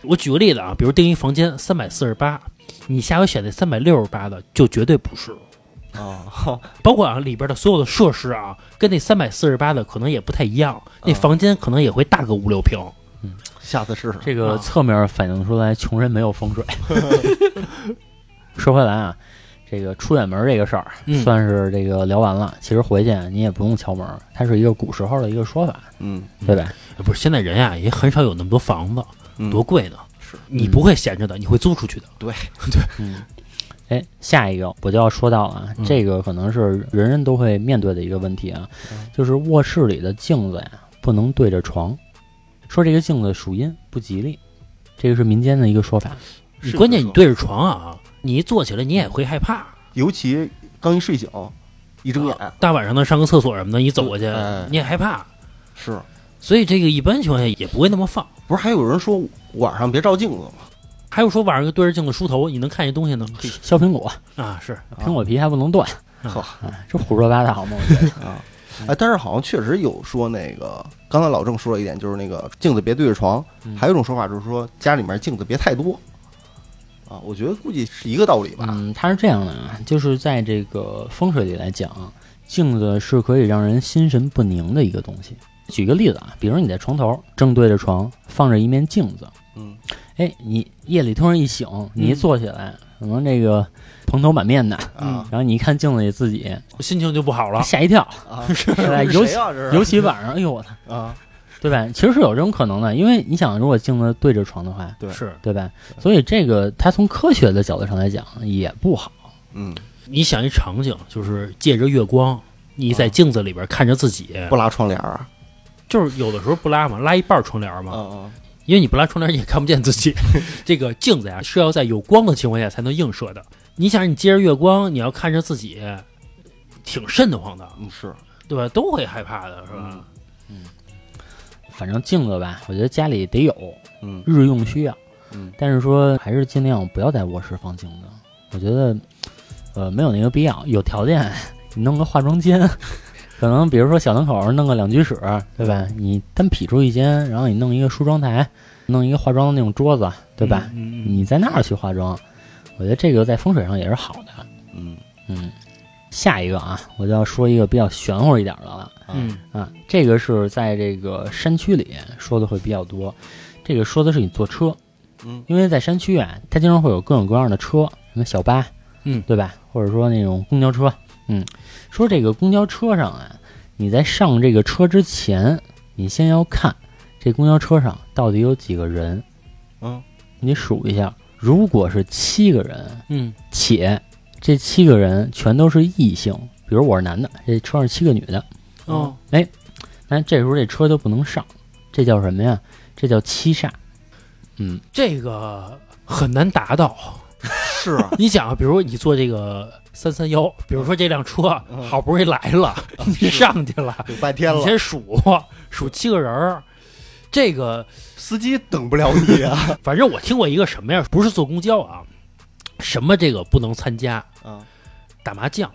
Speaker 3: 我举个例子啊，比如订一房间三百四十八，你下回选那三百六十八的就绝对不是。
Speaker 4: 啊，
Speaker 3: 包括啊里边的所有的设施啊，跟那三百四十八的可能也不太一样，那
Speaker 4: 嗯
Speaker 3: 房间可能也会大个五六平。
Speaker 4: 下次试试，
Speaker 2: 这个
Speaker 3: 啊
Speaker 2: 侧面反映出来，穷人没有风 水。说回来啊，这个出远门这个事儿，
Speaker 3: 嗯
Speaker 2: 算是这个聊完了。其实回去啊你也不用敲门，它是一个古时候的一个说法，
Speaker 4: 嗯
Speaker 2: 对吧？
Speaker 3: 啊不是，现在人呀、也很少有那么多房子，
Speaker 4: 嗯
Speaker 3: 多贵呢。
Speaker 4: 是
Speaker 3: 你不会闲着的，你会租出去的。
Speaker 2: 嗯，哎，下一个我就要说到了，啊
Speaker 3: 嗯
Speaker 2: 这个可能是人人都会面对的一个问题啊，
Speaker 4: 嗯
Speaker 2: 就是卧室里的镜子呀不能对着床，说这个镜子属阴不吉利，这个是民间的一个说法。
Speaker 3: 你
Speaker 4: 是
Speaker 3: 关键
Speaker 4: 这
Speaker 3: 你
Speaker 4: 么
Speaker 3: 对着床啊，你一坐起来你也会害怕。
Speaker 4: 尤其刚一睡醒，一睁眼、
Speaker 3: 大晚上的上个厕所什么的，你走过去
Speaker 4: 啊哎
Speaker 3: 你也害怕，
Speaker 4: 是，
Speaker 3: 所以这个一般情况下也不会那么放。
Speaker 4: 不是还有人说晚上别照镜子 吗？
Speaker 3: 还有说晚上对着镜子梳头，你能看见东西呢？
Speaker 2: 削苹果，
Speaker 3: 啊，是
Speaker 2: 苹果皮还不能断，
Speaker 4: 呵
Speaker 2: 哎这胡说八道嘛！我觉得
Speaker 4: 啊，哎，但是好像确实有说那个，刚才老郑说了一点，就是那个镜子别对着床，
Speaker 2: 嗯
Speaker 4: 还有一种说法就是说家里面镜子别太多。啊，我觉得估计是一个道理吧。
Speaker 2: 嗯，它是这样的啊，就是在这个风水里来讲，镜子是可以让人心神不宁的一个东西。举个例子啊，比如你在床头正对着床放着一面镜子，
Speaker 4: 嗯，
Speaker 2: 哎，你夜里突然一醒，你一坐起来，可能这个蓬头满面的，
Speaker 4: 啊
Speaker 2: 然后你一看镜子里自己，
Speaker 3: 心情就不好了。
Speaker 2: 吓一跳，
Speaker 4: 啊，
Speaker 2: 对吧？
Speaker 4: 是
Speaker 2: 尤
Speaker 4: 谁
Speaker 2: 其
Speaker 4: 啊？这是
Speaker 2: 尤其晚上，哎呦我操，
Speaker 4: 啊，
Speaker 2: 对吧？其实是有这种可能的，因为你想，如果镜子对着床的话，
Speaker 4: 对
Speaker 3: 是
Speaker 2: 对吧？所以这个它从科学的角度上来讲也不好。
Speaker 4: 嗯，
Speaker 3: 你想一场景，就是借着月光，你
Speaker 4: 嗯
Speaker 3: 在镜子里边看着自己，
Speaker 4: 不拉窗帘儿啊，
Speaker 3: 就是有的时候不拉嘛，拉一半窗帘嘛，
Speaker 4: 啊
Speaker 3: 因为你不拉窗帘也看不见自己。这个镜子呀是要在有光的情况下才能映射的。你想，你借着月光，你要看着自己，挺瘆得慌的，
Speaker 4: 嗯是，
Speaker 3: 对吧？都会害怕的，是吧？
Speaker 2: 反正镜子吧，我觉得家里得有，
Speaker 4: 嗯
Speaker 2: 日用需要。
Speaker 4: 嗯
Speaker 2: 但是说还是尽量不要在卧室放镜子，我觉得，呃，没有那个必要。有条件 你弄个化妆间，可能比如说小两口弄个两居室，对吧？你单辟出一间，然后你弄一个梳妆台，弄一个化妆的那种桌子，对吧？
Speaker 3: 嗯？嗯嗯
Speaker 2: 你在那儿去化妆，我觉得这个在风水上也是好的。
Speaker 4: 嗯
Speaker 2: 嗯，下一个啊，我就要说一个比较玄乎一点的了。
Speaker 3: 嗯，
Speaker 2: 啊，这个是在这个山区里说的会比较多。这个说的是你坐车，
Speaker 4: 嗯
Speaker 2: 因为在山区啊，它经常会有各种各样的车，什么小巴，
Speaker 3: 嗯
Speaker 2: 对吧？或者说那种公交车，嗯，说这个公交车上啊，你在上这个车之前，你先要看这公交车上到底有几个人，
Speaker 4: 嗯
Speaker 2: 你得数一下。如果是七个人，
Speaker 3: 嗯，
Speaker 2: 且这七个人全都是异性，比如我是男的，这车上七个女的，
Speaker 3: 哦，
Speaker 2: 那这时候这车就不能上，这叫什么呀？这叫七煞。嗯，
Speaker 3: 这个很难达到。
Speaker 4: 是
Speaker 3: 你想啊，比如你坐这个三三幺，比如说这辆车
Speaker 4: 嗯
Speaker 3: 好不容易来了，你上去了，
Speaker 4: 等半天
Speaker 3: 你
Speaker 4: 了，
Speaker 3: 先数数七个人儿。这个，
Speaker 4: 司机等不了你啊
Speaker 3: 反正我听过一个什么呀？不是坐公交啊，什么这个不能参加
Speaker 4: 啊
Speaker 3: 打麻将。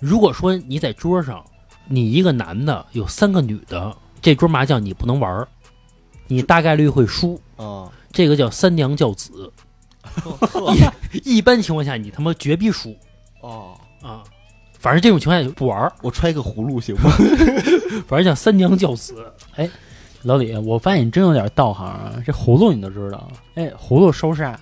Speaker 3: 如果说你在桌上，你一个男的有三个女的，这桌麻将你不能玩儿，你大概率会输。
Speaker 4: 啊，
Speaker 3: 这个叫三娘教子。一般情况下，你他妈绝逼输
Speaker 4: 哦，
Speaker 3: 啊！反正这种情况下就不玩儿，
Speaker 4: 我揣个葫芦 行吗？
Speaker 3: 反正叫三娘教子。
Speaker 2: 老李，我发现你真有点道行啊。这葫芦你都知道，哎，葫芦收煞，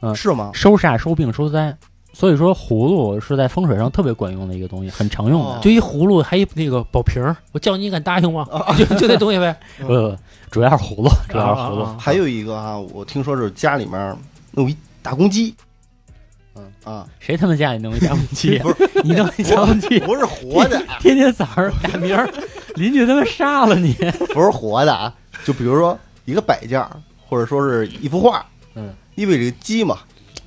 Speaker 4: 哦是吗？
Speaker 2: 收煞、收病、收灾。所以说，葫芦是在风水上特别管用的一个东西，很常用的
Speaker 4: 哦。
Speaker 3: 就一葫芦，还一那个宝瓶儿，我叫你，你敢答应吗？
Speaker 4: 哦
Speaker 3: 就就那东西 呗。
Speaker 2: 呃，主要是葫芦，主要是葫芦。
Speaker 3: 啊
Speaker 4: 还有一个啊，我听说是家里面弄一大公鸡，
Speaker 2: 嗯
Speaker 4: 啊，
Speaker 2: 谁他妈家里弄 一家公鸡？
Speaker 4: 不是
Speaker 2: 啊你弄一家公鸡，
Speaker 4: 不是 活的，
Speaker 2: 天天早上打鸣儿，邻居他妈杀了你。
Speaker 4: 不是活的啊，就比如说一个摆件儿，或者说是一幅画，
Speaker 2: 嗯，
Speaker 4: 因为这个鸡嘛，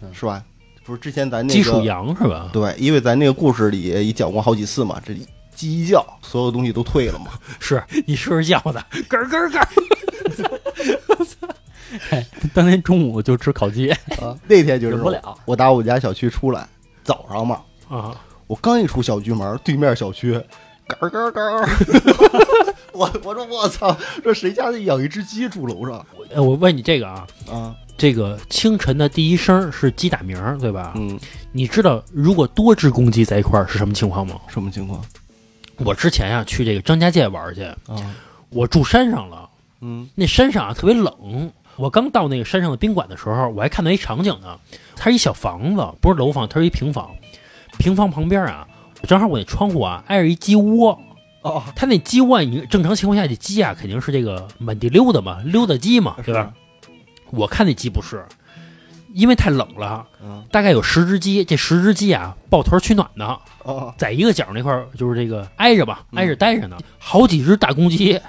Speaker 2: 嗯
Speaker 4: 是吧？不是之前咱那
Speaker 3: 鸡属
Speaker 4: 个
Speaker 3: 羊是吧？
Speaker 4: 对，因为咱那个故事里也讲过好几次嘛，这鸡一叫，所有东西都退了嘛，
Speaker 3: 是你睡着觉的，咯儿咯儿咯儿。
Speaker 2: 当天中午就吃烤鸡，
Speaker 4: 啊，那天就是
Speaker 2: 忍不了。
Speaker 4: 我打我们家小区出来，早上嘛，
Speaker 3: 啊，
Speaker 4: 我刚一出小区门，对面小区，嘎儿嘎儿嘎儿，我我说我操，这谁家养一只鸡住楼上
Speaker 3: 我呃我问你这个啊，
Speaker 4: 啊？
Speaker 3: 这个清晨的第一声是鸡打鸣儿，对吧？
Speaker 4: 嗯，
Speaker 3: 你知道如果多只公鸡在一块儿是什么情况吗？
Speaker 4: 什么情况
Speaker 3: 我之前呀、啊去这个张家界玩儿去，
Speaker 4: 啊？
Speaker 3: 我住山上了，
Speaker 4: 嗯
Speaker 3: 那山上啊特别冷。我刚到那个山上的宾馆的时候，我还看到一场景呢，它是一小房子，不是楼房，它是一平房。平房旁边啊，正好我那窗户啊挨着一鸡窝，
Speaker 4: 哦，
Speaker 3: 它那鸡窝你正常情况下这鸡啊肯定是这个满地溜达嘛，溜达鸡嘛，对吧？？我看那鸡不是，因为太冷了，
Speaker 4: 嗯
Speaker 3: 大概有十只鸡，这十只鸡啊抱团取暖呢，
Speaker 4: 哦，
Speaker 3: 在一个角那块儿就是这个挨着吧，
Speaker 4: 嗯
Speaker 3: 挨着待着呢，好几只大公鸡，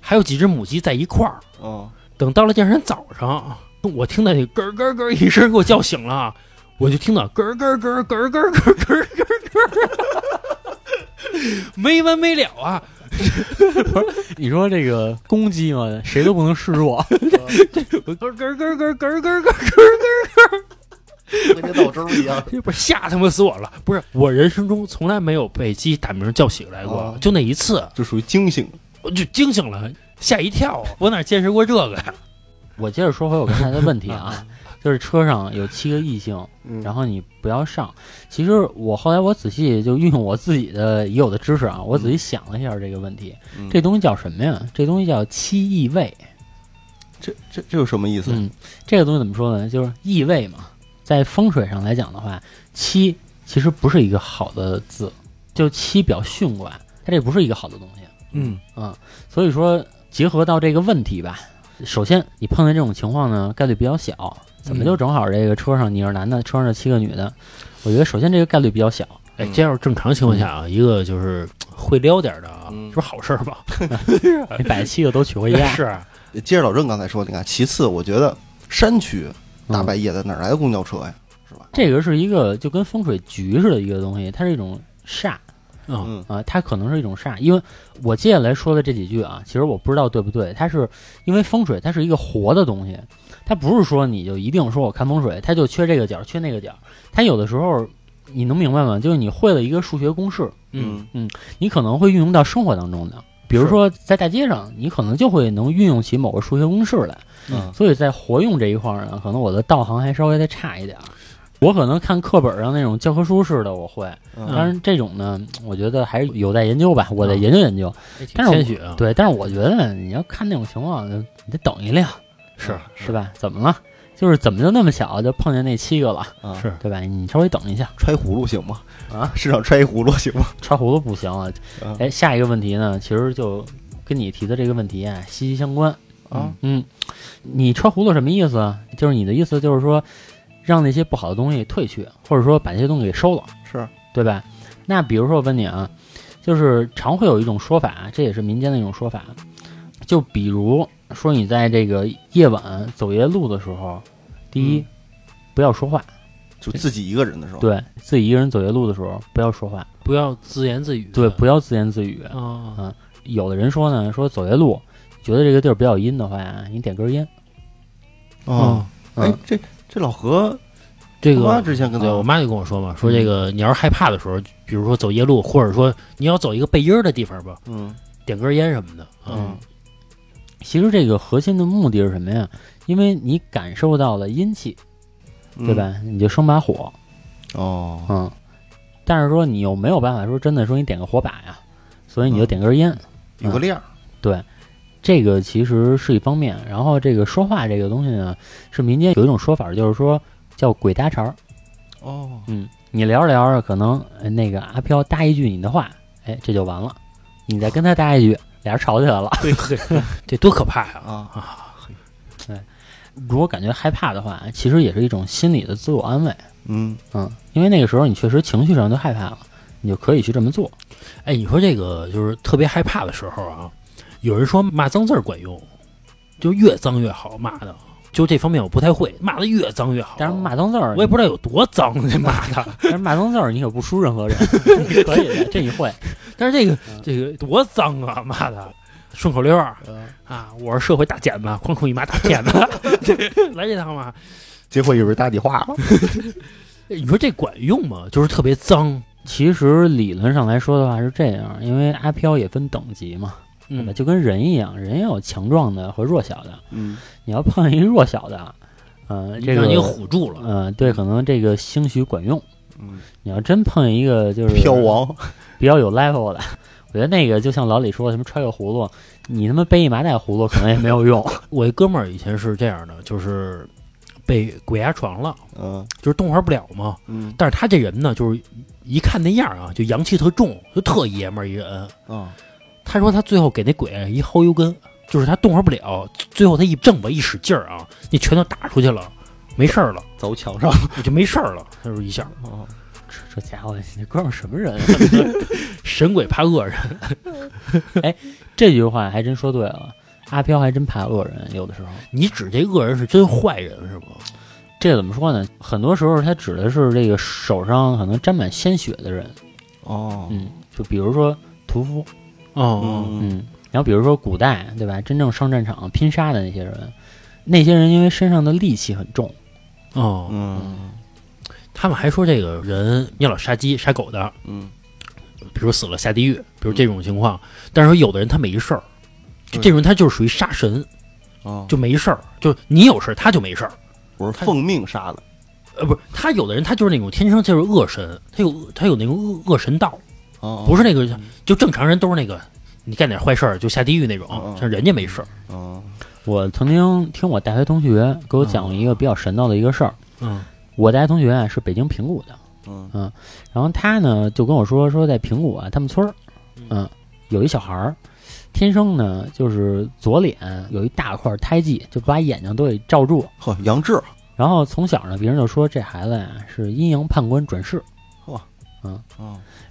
Speaker 3: 还有几只母鸡在一块儿。
Speaker 4: 哦，
Speaker 3: 等到了第二天早上，我听到那咯儿咯儿咯儿一声给我叫醒了，我就听到咯儿咯儿咯儿咯儿咯儿咯儿咯儿咯儿咯儿，没完没了啊！
Speaker 2: 你说这个公鸡嘛，谁都不能示弱，
Speaker 3: 咯儿咯儿咯儿咯儿咯儿咯儿咯儿，
Speaker 4: 跟那倒汁一样。
Speaker 3: 这不是吓他妈死我了！不是我人生中从来没有被鸡打鸣叫醒来过
Speaker 4: 哦，
Speaker 3: 就那一次
Speaker 4: 就属于惊醒，
Speaker 3: 我就惊醒了，吓一跳，啊我哪见识过这个呀？
Speaker 2: 我接着说回我刚才的问题啊，就是车上有七个异性，
Speaker 4: 嗯
Speaker 2: 然后你不要上。其实我后来我仔细就运用我自己的已有的知识啊，我仔细想了一下这个问题，
Speaker 4: 嗯
Speaker 2: 这东西叫什么呀？这东西叫七异位。
Speaker 4: 这这这有什么意思？
Speaker 2: 嗯，这个东西怎么说呢？就是异位嘛，在风水上来讲的话，七其实不是一个好的字，就七表巽卦，它这不是一个好的东西。
Speaker 3: 嗯，
Speaker 2: 所以说，结合到这个问题吧，首先你碰见这种情况呢，概率比较小。怎么就正好这个车上你是男的，车上是七个女的？我觉得首先这个概率比较小。
Speaker 3: 哎，这要是正常情况下啊，一个就是会撩点儿的啊，
Speaker 4: 嗯
Speaker 3: 这不是好事儿吗？
Speaker 2: 你把七个都娶回家，
Speaker 3: 是啊，
Speaker 4: 接着老郑刚才说，你看，其次，我觉得山区大半夜的哪来的公交车呀？是吧？
Speaker 2: 嗯这个是一个就跟风水局似的一个东西，它是一种煞
Speaker 3: 嗯
Speaker 4: 嗯
Speaker 2: 啊、它可能是一种煞。因为我接下来说的这几句啊，其实我不知道对不对，它是因为风水它是一个活的东西，它不是说你就一定说我看风水，它就缺这个角缺那个角，它有的时候你能明白吗？就是你会了一个数学公式，
Speaker 3: 嗯，
Speaker 2: 你可能会运用到生活当中的。比如说，在大街上，你可能就会能运用起某个数学公式来，
Speaker 4: 嗯
Speaker 2: 所以在活用这一块儿呢，可能我的道行还稍微的差一点儿。我可能看课本上那种教科书式的我会，当
Speaker 4: 嗯
Speaker 2: 然这种呢，我觉得还是有待研究吧，我得研究研究。
Speaker 3: 哎挺
Speaker 2: 但是我
Speaker 3: 谦虚
Speaker 4: 嗯
Speaker 3: 啊，
Speaker 2: 对，但是我觉得你要看那种情况，你得等一辆，
Speaker 3: 是
Speaker 2: 是吧？怎么了？就是怎么就那么巧就碰见那七个了，
Speaker 4: 啊
Speaker 3: 是
Speaker 2: 对吧？你稍微等一下，
Speaker 4: 揣葫芦行吗？
Speaker 2: 啊，
Speaker 4: 市场揣一葫芦行吗？
Speaker 2: 揣葫芦不行啊。
Speaker 4: 嗯
Speaker 2: 哎，下一个问题呢，其实就跟你提的这个问题啊息息相关。
Speaker 4: 啊，
Speaker 2: 嗯，你揣葫芦什么意思啊？就是你的意思就是说，让那些不好的东西退去，或者说把这些东西给收了，
Speaker 4: 是，
Speaker 2: 对吧？那比如说我问你啊，就是常会有一种说法，这也是民间的一种说法，就比如说你在这个夜晚走夜路的时候，第一，
Speaker 4: 嗯哦
Speaker 2: 不要说话，
Speaker 4: 就自己一个人的时候，
Speaker 2: 对自己一个人走夜路的时候不要说话，
Speaker 3: 不要自言自语，
Speaker 2: 对，不要自言自语。
Speaker 3: 啊，
Speaker 2: 有的人说呢，说走夜路，觉得这个地儿比较阴的话呀，你点根烟。
Speaker 4: 哦，
Speaker 2: 嗯
Speaker 4: 哎，这这老何
Speaker 3: 这
Speaker 4: 他妈
Speaker 3: 个
Speaker 4: 之前跟
Speaker 3: 对我
Speaker 4: 咱
Speaker 3: 妈嗯就跟我说嘛，说这个你要是害怕的时候，比如说走夜路，或者说你要走一个背阴儿的地方吧，
Speaker 4: 嗯
Speaker 3: 点根烟什么的，啊
Speaker 4: 嗯，
Speaker 2: 其实这个核心的目的是什么呀？因为你感受到了阴气，
Speaker 4: 嗯
Speaker 2: 对？吧？你就生把火，
Speaker 4: 哦，
Speaker 2: 嗯。但是说你又没有办法说真的说你点个火把呀，所以你就
Speaker 4: 嗯
Speaker 2: 点根烟，
Speaker 4: 有个链儿，
Speaker 2: 这个其实是一方面。然后这个说话这个东西呢，是民间有一种说法，就是说叫鬼搭茬儿。
Speaker 4: 哦，
Speaker 2: 嗯，你聊着聊着，可能呃那个阿飘搭一句你的话，哎，这就完了。你再跟他搭一句，俩人吵起来了。
Speaker 3: 对，嘿这多可怕呀！
Speaker 4: 啊，
Speaker 2: 如果感觉害怕的话，其实也是一种心理的自我安慰。
Speaker 4: 嗯，
Speaker 2: 嗯，因为那个时候你确实情绪上就害怕了，你就可以去这么做。
Speaker 3: 哎，你说这个就是特别害怕的时候啊，有人说骂脏字儿管用，就越脏越好骂的，就这方面我不太会，骂的越脏越好。
Speaker 2: 但是骂脏字儿，
Speaker 3: 我也不知道有多脏，这骂的，
Speaker 2: 但是骂脏字儿，你可不输任何人，可以的，这你会。
Speaker 3: 但是这个
Speaker 2: 嗯
Speaker 3: 这个多脏啊，骂的。顺口溜儿
Speaker 2: 嗯
Speaker 3: 啊，我是社会大剪子，哐哐一麻大片子， 来这趟吧。
Speaker 4: 结果有人搭你话了，
Speaker 3: 哎你说这管用吗？就是特别脏，
Speaker 2: 其实理论上来说的话是这样，因为阿飘也分等级嘛，对吧？
Speaker 3: 嗯，
Speaker 2: 就跟人一样，人也有强壮的和弱小的。
Speaker 4: 嗯，
Speaker 2: 你要碰见一弱小的，嗯、这个
Speaker 3: 让你唬住了。
Speaker 2: 嗯、对，可能这个兴许管用。
Speaker 4: 嗯，
Speaker 2: 你要真碰见一个就是
Speaker 4: 飘
Speaker 3: 啊
Speaker 4: 王，
Speaker 2: 比较有 level 的， 我觉得那个就像老李说的，什么揣个葫芦，你他妈背一麻袋葫芦可能也没有 用。
Speaker 3: 我一哥们儿以前是这样的，就是被鬼压床了，
Speaker 4: 嗯
Speaker 3: 就是动弹不了嘛。
Speaker 4: 嗯
Speaker 3: 但是他这人呢，就是一看那样啊，就阳气特重，就特爷们儿一人。
Speaker 4: 啊，
Speaker 3: 他说他最后给那鬼一薅油根，就是他动弹不了，最后他一挣吧，一使劲儿啊，那拳头打出去了，没事儿了，
Speaker 4: 走墙上，
Speaker 3: 你就没事儿了，他说一下
Speaker 4: 哦，
Speaker 2: 这这家伙，你哥们儿什么人啊？
Speaker 3: 神鬼怕恶人，
Speaker 2: 这句话还真说对了，阿飘还真怕恶人，有的时候。
Speaker 3: 你指这恶人是真坏人是吗？
Speaker 2: 这怎么说呢？很多时候他指的是这个手上可能沾满鲜血的人，
Speaker 4: 哦，
Speaker 2: 嗯，就比如说屠夫，
Speaker 3: 哦，
Speaker 4: 嗯，
Speaker 2: 嗯，然后比如说古代，对吧？真正上战场拼杀的那些人，那些人因为身上的戾气很重，
Speaker 3: 哦，
Speaker 4: 嗯
Speaker 3: 他们还说这个人你老杀鸡杀狗的，
Speaker 4: 嗯，
Speaker 3: 比如死了下地狱，比如这种情况，但是说有的人他没事儿，就这种人他就是属于杀神，
Speaker 4: 哦，
Speaker 3: 嗯就没事儿，就你有事儿他就没事儿。
Speaker 4: 我是奉命杀的，
Speaker 3: 呃，不是，他有的人他就是那种天生就是恶神，他有他有那种恶恶神道，
Speaker 4: 哦，
Speaker 3: 不是那个就正常人都是那个，你干点坏事儿就下地狱那种
Speaker 4: 嗯嗯，
Speaker 3: 像人家没事儿。
Speaker 4: 哦，
Speaker 2: 我曾经听我大学同学给我
Speaker 4: 嗯
Speaker 2: 讲过一个比较神道的一个事儿。
Speaker 3: 嗯
Speaker 2: 我大学同学啊是北京平谷的，
Speaker 4: 嗯
Speaker 2: 然后他呢就跟我说说在平谷啊他们村儿，嗯，有一小孩儿，天生呢就是左脸有一大块胎记，就把眼睛都给罩住。
Speaker 4: 呵，杨志，
Speaker 2: 然后从小呢，别人就说这孩子呀是阴阳判官转世，
Speaker 4: 哦，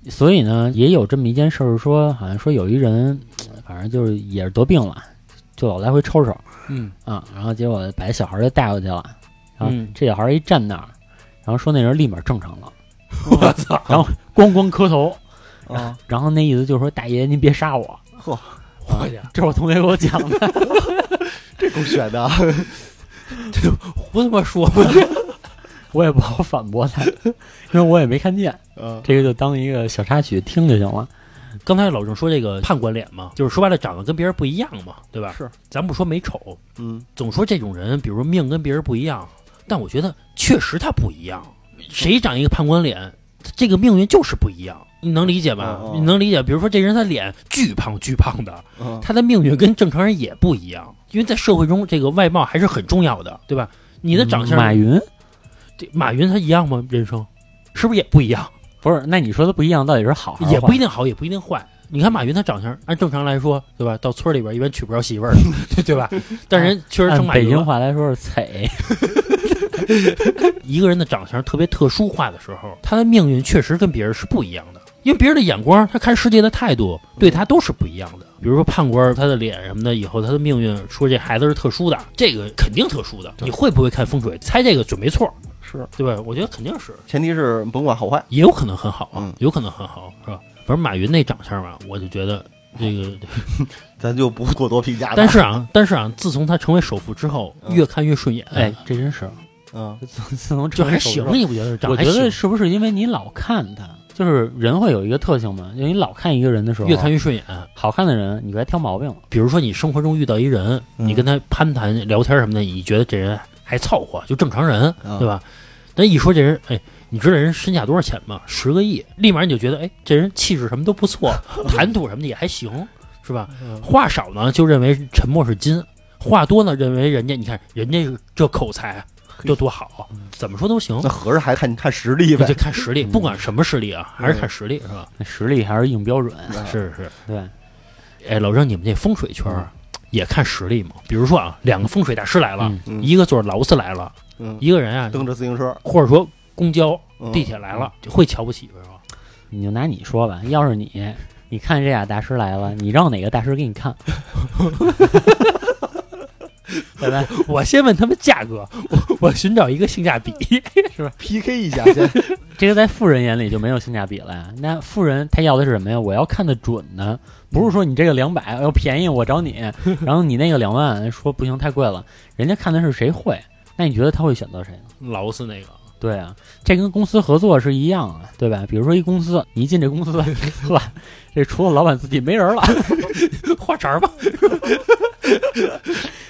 Speaker 2: 所以呢，也有这么一件事儿，说好像说有一人，呃反正就是也是得病了，就老来回抽抽
Speaker 3: 嗯
Speaker 2: 啊，然后结果把这小孩儿就带过去了，然后
Speaker 3: 嗯
Speaker 2: 这小孩儿一站那儿，然后说那人立马正常 了，
Speaker 4: 我操，
Speaker 2: 咣咣磕头，
Speaker 4: 啊，
Speaker 2: 然后那意思就是说大爷您别杀我，
Speaker 4: 呵，
Speaker 3: 我去，
Speaker 2: 这是我同学给我讲的，
Speaker 4: 这够选的，啊
Speaker 3: 胡他妈说吧，
Speaker 2: 我也不好反驳他，因为我也没看见，
Speaker 4: 嗯
Speaker 2: 这个就当一个小插曲听就行了。
Speaker 3: 刚才老郑说这个判官脸嘛，就是说白了长得跟别人不一样嘛，对吧？
Speaker 4: 是，
Speaker 3: 咱不说没丑，
Speaker 4: 嗯，
Speaker 3: 总说这种人，比如说命跟别人不一样，但我觉得确实他不一样。谁长一个判官脸，这个命运就是不一样，你能理解吧？
Speaker 4: 哦哦
Speaker 3: 你能理解？比如说这人他脸巨胖巨胖的，
Speaker 4: 嗯
Speaker 3: 他的命运跟正常人也不一样，因为在社会中这个外貌还是很重要的，对吧？你的长
Speaker 2: 嗯
Speaker 3: 相，
Speaker 2: 马云
Speaker 3: 这马云他一样吗？人生是不是也不一样？
Speaker 2: 不是，那你说的不一样，到底是好还是
Speaker 3: 也
Speaker 2: 坏
Speaker 3: 不一定好，也不一定坏。你看马云他长相，按正常来说，对吧？到村里边一般娶不着媳妇儿，对对吧？但人确实
Speaker 2: 按
Speaker 3: 成马
Speaker 2: 北
Speaker 3: 云
Speaker 2: 京
Speaker 3: 了。
Speaker 2: 话来说是贼，
Speaker 3: 一个人的长相特别特殊化的时候，他的命运确实跟别人是不一样的。因为别人的眼光，他看世界的态度，对他都是不一样的。比如说判官，他的脸什么的，以后他的命运，说这孩子是特殊的，这个肯定特殊的。你会不会看风水？猜这个准没错，
Speaker 4: 是，
Speaker 3: 对吧？我觉得肯定是，
Speaker 4: 前提是甭管好坏，
Speaker 3: 也有可能很好啊
Speaker 4: 嗯，
Speaker 3: 有可能很好，是吧？反正马云那长相吧，我就觉得这个
Speaker 4: 咱就不过多评价他，
Speaker 3: 但是啊，但是啊，自从他成为首富之后，
Speaker 4: 嗯
Speaker 3: 越看越顺眼，
Speaker 2: 哎，，这真 是
Speaker 4: 嗯，
Speaker 2: 自自从
Speaker 3: 就
Speaker 2: 成为
Speaker 3: 还
Speaker 2: 首
Speaker 3: 行，
Speaker 2: 富
Speaker 3: 你不觉得？长
Speaker 2: 我
Speaker 3: 得
Speaker 2: 觉
Speaker 3: 还
Speaker 2: 得
Speaker 3: 行
Speaker 2: 是不是因为你老看他，就是人会有一个特性嘛，因为你老看一个人的时候，
Speaker 3: 越看越顺眼。
Speaker 2: 好看的人，你该挑毛病了。
Speaker 3: 比如说你生活中遇到一人，
Speaker 4: 嗯
Speaker 3: 你跟他攀谈聊天什么的，你觉得这人还凑合，就正常人，
Speaker 4: 嗯
Speaker 3: 对吧？但一说这人，哎，你知道人身价多少钱吗？十个亿，立马你就觉得，哎，这人气质什么都不错，谈吐什么的也还行，是吧？话少呢，就认为沉默是金；话多呢，认为人家你看人家这口才这多好，怎么说都行
Speaker 4: 那。合着还看看实力
Speaker 3: 那
Speaker 4: 呗
Speaker 3: 就，看实力，
Speaker 2: 嗯
Speaker 3: 不管什么实力啊，还是看实力是吧？
Speaker 2: 那实力还是硬标准，
Speaker 4: 嗯
Speaker 3: 是是。
Speaker 2: 对，
Speaker 3: 哎，老郑，你们这风水圈儿也看实力吗？比如说啊，两个风水大师来了，
Speaker 2: 嗯
Speaker 4: 嗯
Speaker 3: 一个坐着劳斯来了，
Speaker 4: 嗯，
Speaker 3: 一个人啊，
Speaker 4: 蹬着自行车，
Speaker 3: 或者说公交、
Speaker 4: 嗯
Speaker 3: 地铁来了，就会瞧不起是吧？
Speaker 2: 你就拿你说吧，要是你，你看这俩大师来了，你让哪个大师给你看？ 拜拜。
Speaker 3: 我先问他们价格，我 我寻找一个性价比。
Speaker 4: PK 一下先，
Speaker 2: 这个在富人眼里就没有性价比了呀。那富人他要的是什么呀？我要看得准呢，不是说你这个两百要便宜我找你， 然后你那个两万说不行太贵了，人家看的是谁会。那你觉得他会选择谁呢？
Speaker 3: 劳斯那个，
Speaker 2: 对啊，这跟公司合作是一样啊，对吧？比如说一公司，你一进这公司，是吧？这除了老板自己没人了，
Speaker 3: 花茬儿吧，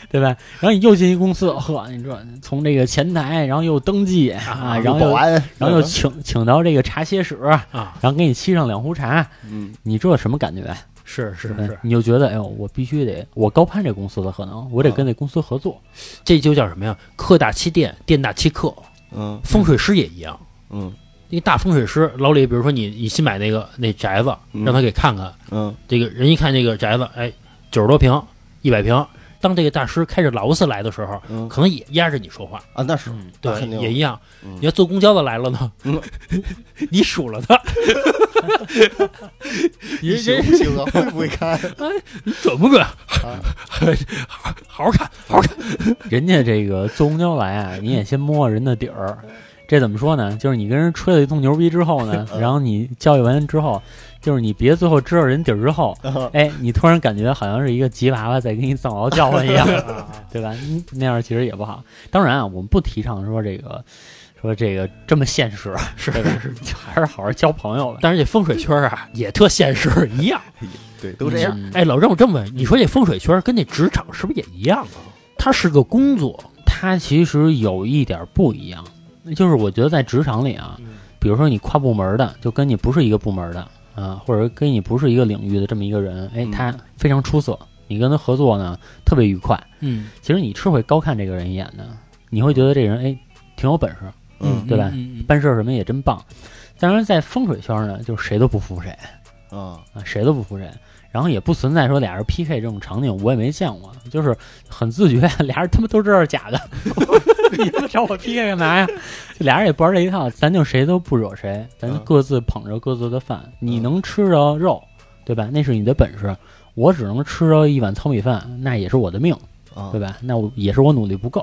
Speaker 2: 对吧？然后你又进一公司，呵，你说从这个前台，然后又登记啊，然后
Speaker 4: 嗯保
Speaker 2: 又
Speaker 4: 安，嗯
Speaker 2: 然后又请请到这个茶歇室，
Speaker 3: 啊，
Speaker 2: 然后给你沏上两壶茶，
Speaker 4: 嗯，
Speaker 2: 你这什么感觉？
Speaker 3: 是是
Speaker 2: 嗯
Speaker 3: 是，
Speaker 2: 你就觉得，哎呦，我必须得，我高攀这公司的可能，我得跟这公司合作。
Speaker 3: 这就叫什么呀？客大欺店，店大欺客。
Speaker 4: 嗯
Speaker 3: 风水师也一样，
Speaker 4: 嗯
Speaker 3: 那大风水师老李，比如说你你新买那个那宅子，
Speaker 4: 嗯
Speaker 3: 让他给看看，
Speaker 4: 嗯
Speaker 3: 这个人一看这个宅子，哎，九十多平，一百平。当这个大师开着劳斯来的时候，
Speaker 4: 嗯
Speaker 3: 可能也压着你说话，
Speaker 4: 啊，那是那
Speaker 3: 对
Speaker 4: 肯，定
Speaker 3: 也一样。
Speaker 4: 嗯
Speaker 3: 你要坐公交的来了呢，
Speaker 4: 嗯
Speaker 3: 你数了 他，你
Speaker 4: 行
Speaker 3: 这
Speaker 4: 不行啊？会不会看？
Speaker 3: 准不准？ 好好看，好好看。
Speaker 2: 人家这个坐公交来啊，你也先摸人的底儿。这怎么说呢？就是你跟人吹了一通牛逼之后
Speaker 3: 嗯
Speaker 2: 呢，然后你教育完之后，就是你别最后知道人底儿之 后，
Speaker 3: 嗯
Speaker 2: 哎，你突然感觉好像是一个吉娃娃在跟一藏獒叫唤一 样，对吧？你那样其实也不好。当然啊，我们不提倡说这个，说这个这么现实，啊
Speaker 3: 是
Speaker 2: 对吧？ 还是好好交朋友吧。
Speaker 3: 但是这风水圈啊，也特现实，一样。
Speaker 4: 对，都这样。
Speaker 2: 嗯
Speaker 3: 哎，老郑，我这么问，你说这风水圈跟这职场是不是也一样啊？它是个工作，
Speaker 2: 它其实有一点不一样，就是我觉得在职场里啊，比如说你跨部门的，就跟你不是一个部门的啊，或者跟你不是一个领域的这么一个人，哎，
Speaker 4: 嗯
Speaker 2: 他非常出色，你跟他合作呢特别愉快，
Speaker 3: 嗯
Speaker 2: 其实你是会高看这个人一眼的，你会觉得这人哎挺有本事，
Speaker 4: 嗯
Speaker 2: 对吧
Speaker 3: 嗯
Speaker 2: 办事儿什么也真棒。当然，在风水圈呢，就是谁都不服谁
Speaker 4: 啊，
Speaker 2: 啊，谁都不服谁。然后也不存在说俩人 PK 这种场景，我也没见过，就是很自觉， 俩人他妈都知道是假的， 你他妈找我 PK 干嘛呀？俩人也不玩这一套，咱就谁都不惹谁，咱
Speaker 4: 嗯
Speaker 2: 各自捧着各自的饭，你能吃着肉，对吧？那是你的本事，我只能吃着一碗糙米饭，那也是我的命，
Speaker 4: 啊
Speaker 2: 对吧？那我也是我努力不够。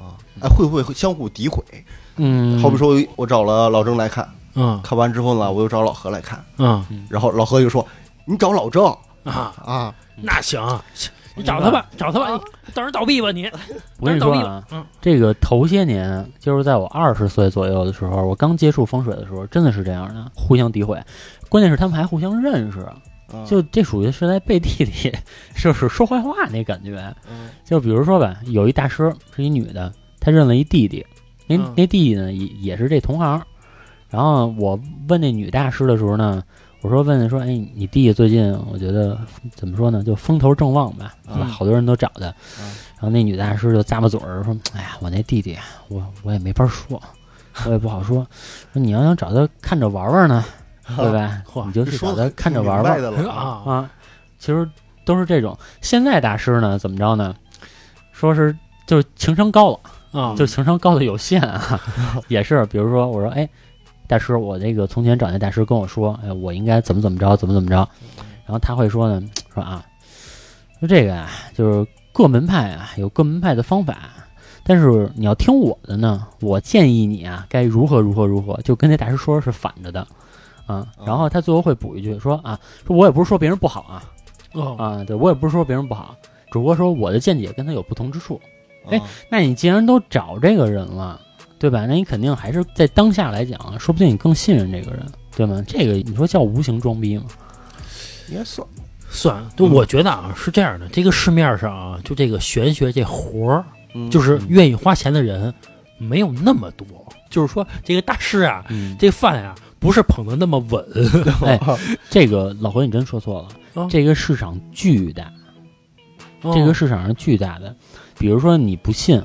Speaker 4: 啊！哎，会不会相互诋毁？
Speaker 2: 嗯，
Speaker 4: 好比说，我找了老郑来看，
Speaker 3: 嗯
Speaker 4: 看完之后呢，我又找老何来看，
Speaker 3: 嗯
Speaker 4: 然后老何就说：“你找老郑
Speaker 3: 嗯啊，
Speaker 4: 啊
Speaker 3: 那行，你找他吧，找他吧，你等着倒闭吧你。
Speaker 2: 我跟你说啊，这个头些年，就是在我二十岁左右的时候，我刚接触风水的时候，真的是这样的，互相诋毁。关键是他们还互相认识，！”
Speaker 4: 啊
Speaker 2: 就这属于是在背地里， 就是说坏话那感觉。
Speaker 4: 嗯
Speaker 2: 就比如说吧，有一大师是一女的，她认了一弟弟，那
Speaker 3: 嗯
Speaker 2: 那弟弟呢也也是这同行。然后我问那女大师的时候呢，我说问说，哎，你弟弟最近我觉得怎么说呢，就风头正旺吧，
Speaker 4: 嗯
Speaker 2: 是吧好多人都找他。
Speaker 4: 嗯
Speaker 2: 然后那女大师就咂巴嘴儿说，哎呀，我那弟弟啊，我我也没法说，我也不好说。说你要想找他看着玩 玩呢，对吧？
Speaker 3: 嚯
Speaker 2: 你就去找他看着玩
Speaker 4: 明
Speaker 2: 玩
Speaker 4: 白。的了啊！
Speaker 3: 啊，
Speaker 2: 啊，其实都是这种。现在大师呢，怎么着呢？说是就是情商高了，
Speaker 3: 啊，
Speaker 2: 就情商高的有限啊， 也是。比如说，我说，哎，大师，我那个从前找那大师跟我说，哎，我应该怎么怎么着，怎么怎么着，然后他会说呢，说啊，说这个啊，就是各门派啊有各门派的方法。但是你要听我的呢，我建议你啊，该如何如何如何，就跟那大师说的是反着的，啊，然后他最后会补一句说啊，说我也不是说别人不好啊，
Speaker 3: 啊，
Speaker 2: 啊，对我也不是说别人不好，只不过说我的见解跟他有不同之处。
Speaker 4: 哎，
Speaker 2: 那你既然都找这个人了，对吧？那你肯定还是在当下来讲，啊说不定你更信任这个人，对吗？这个你说叫无形装逼吗？
Speaker 4: 应该算
Speaker 3: 算，就我觉得啊是这样的，这个市面上啊，就这个玄学这活儿，
Speaker 4: 嗯
Speaker 3: 就是是
Speaker 2: 嗯
Speaker 3: 愿意花钱的人没有那么多，就是说这个大师啊，
Speaker 2: 嗯，
Speaker 3: 这饭啊不是捧的那么稳，
Speaker 2: 哎，这个老何你真说错了，
Speaker 3: 啊
Speaker 2: 这个市场巨大，
Speaker 3: 哦
Speaker 2: 这个市场是巨大的。比如说你不信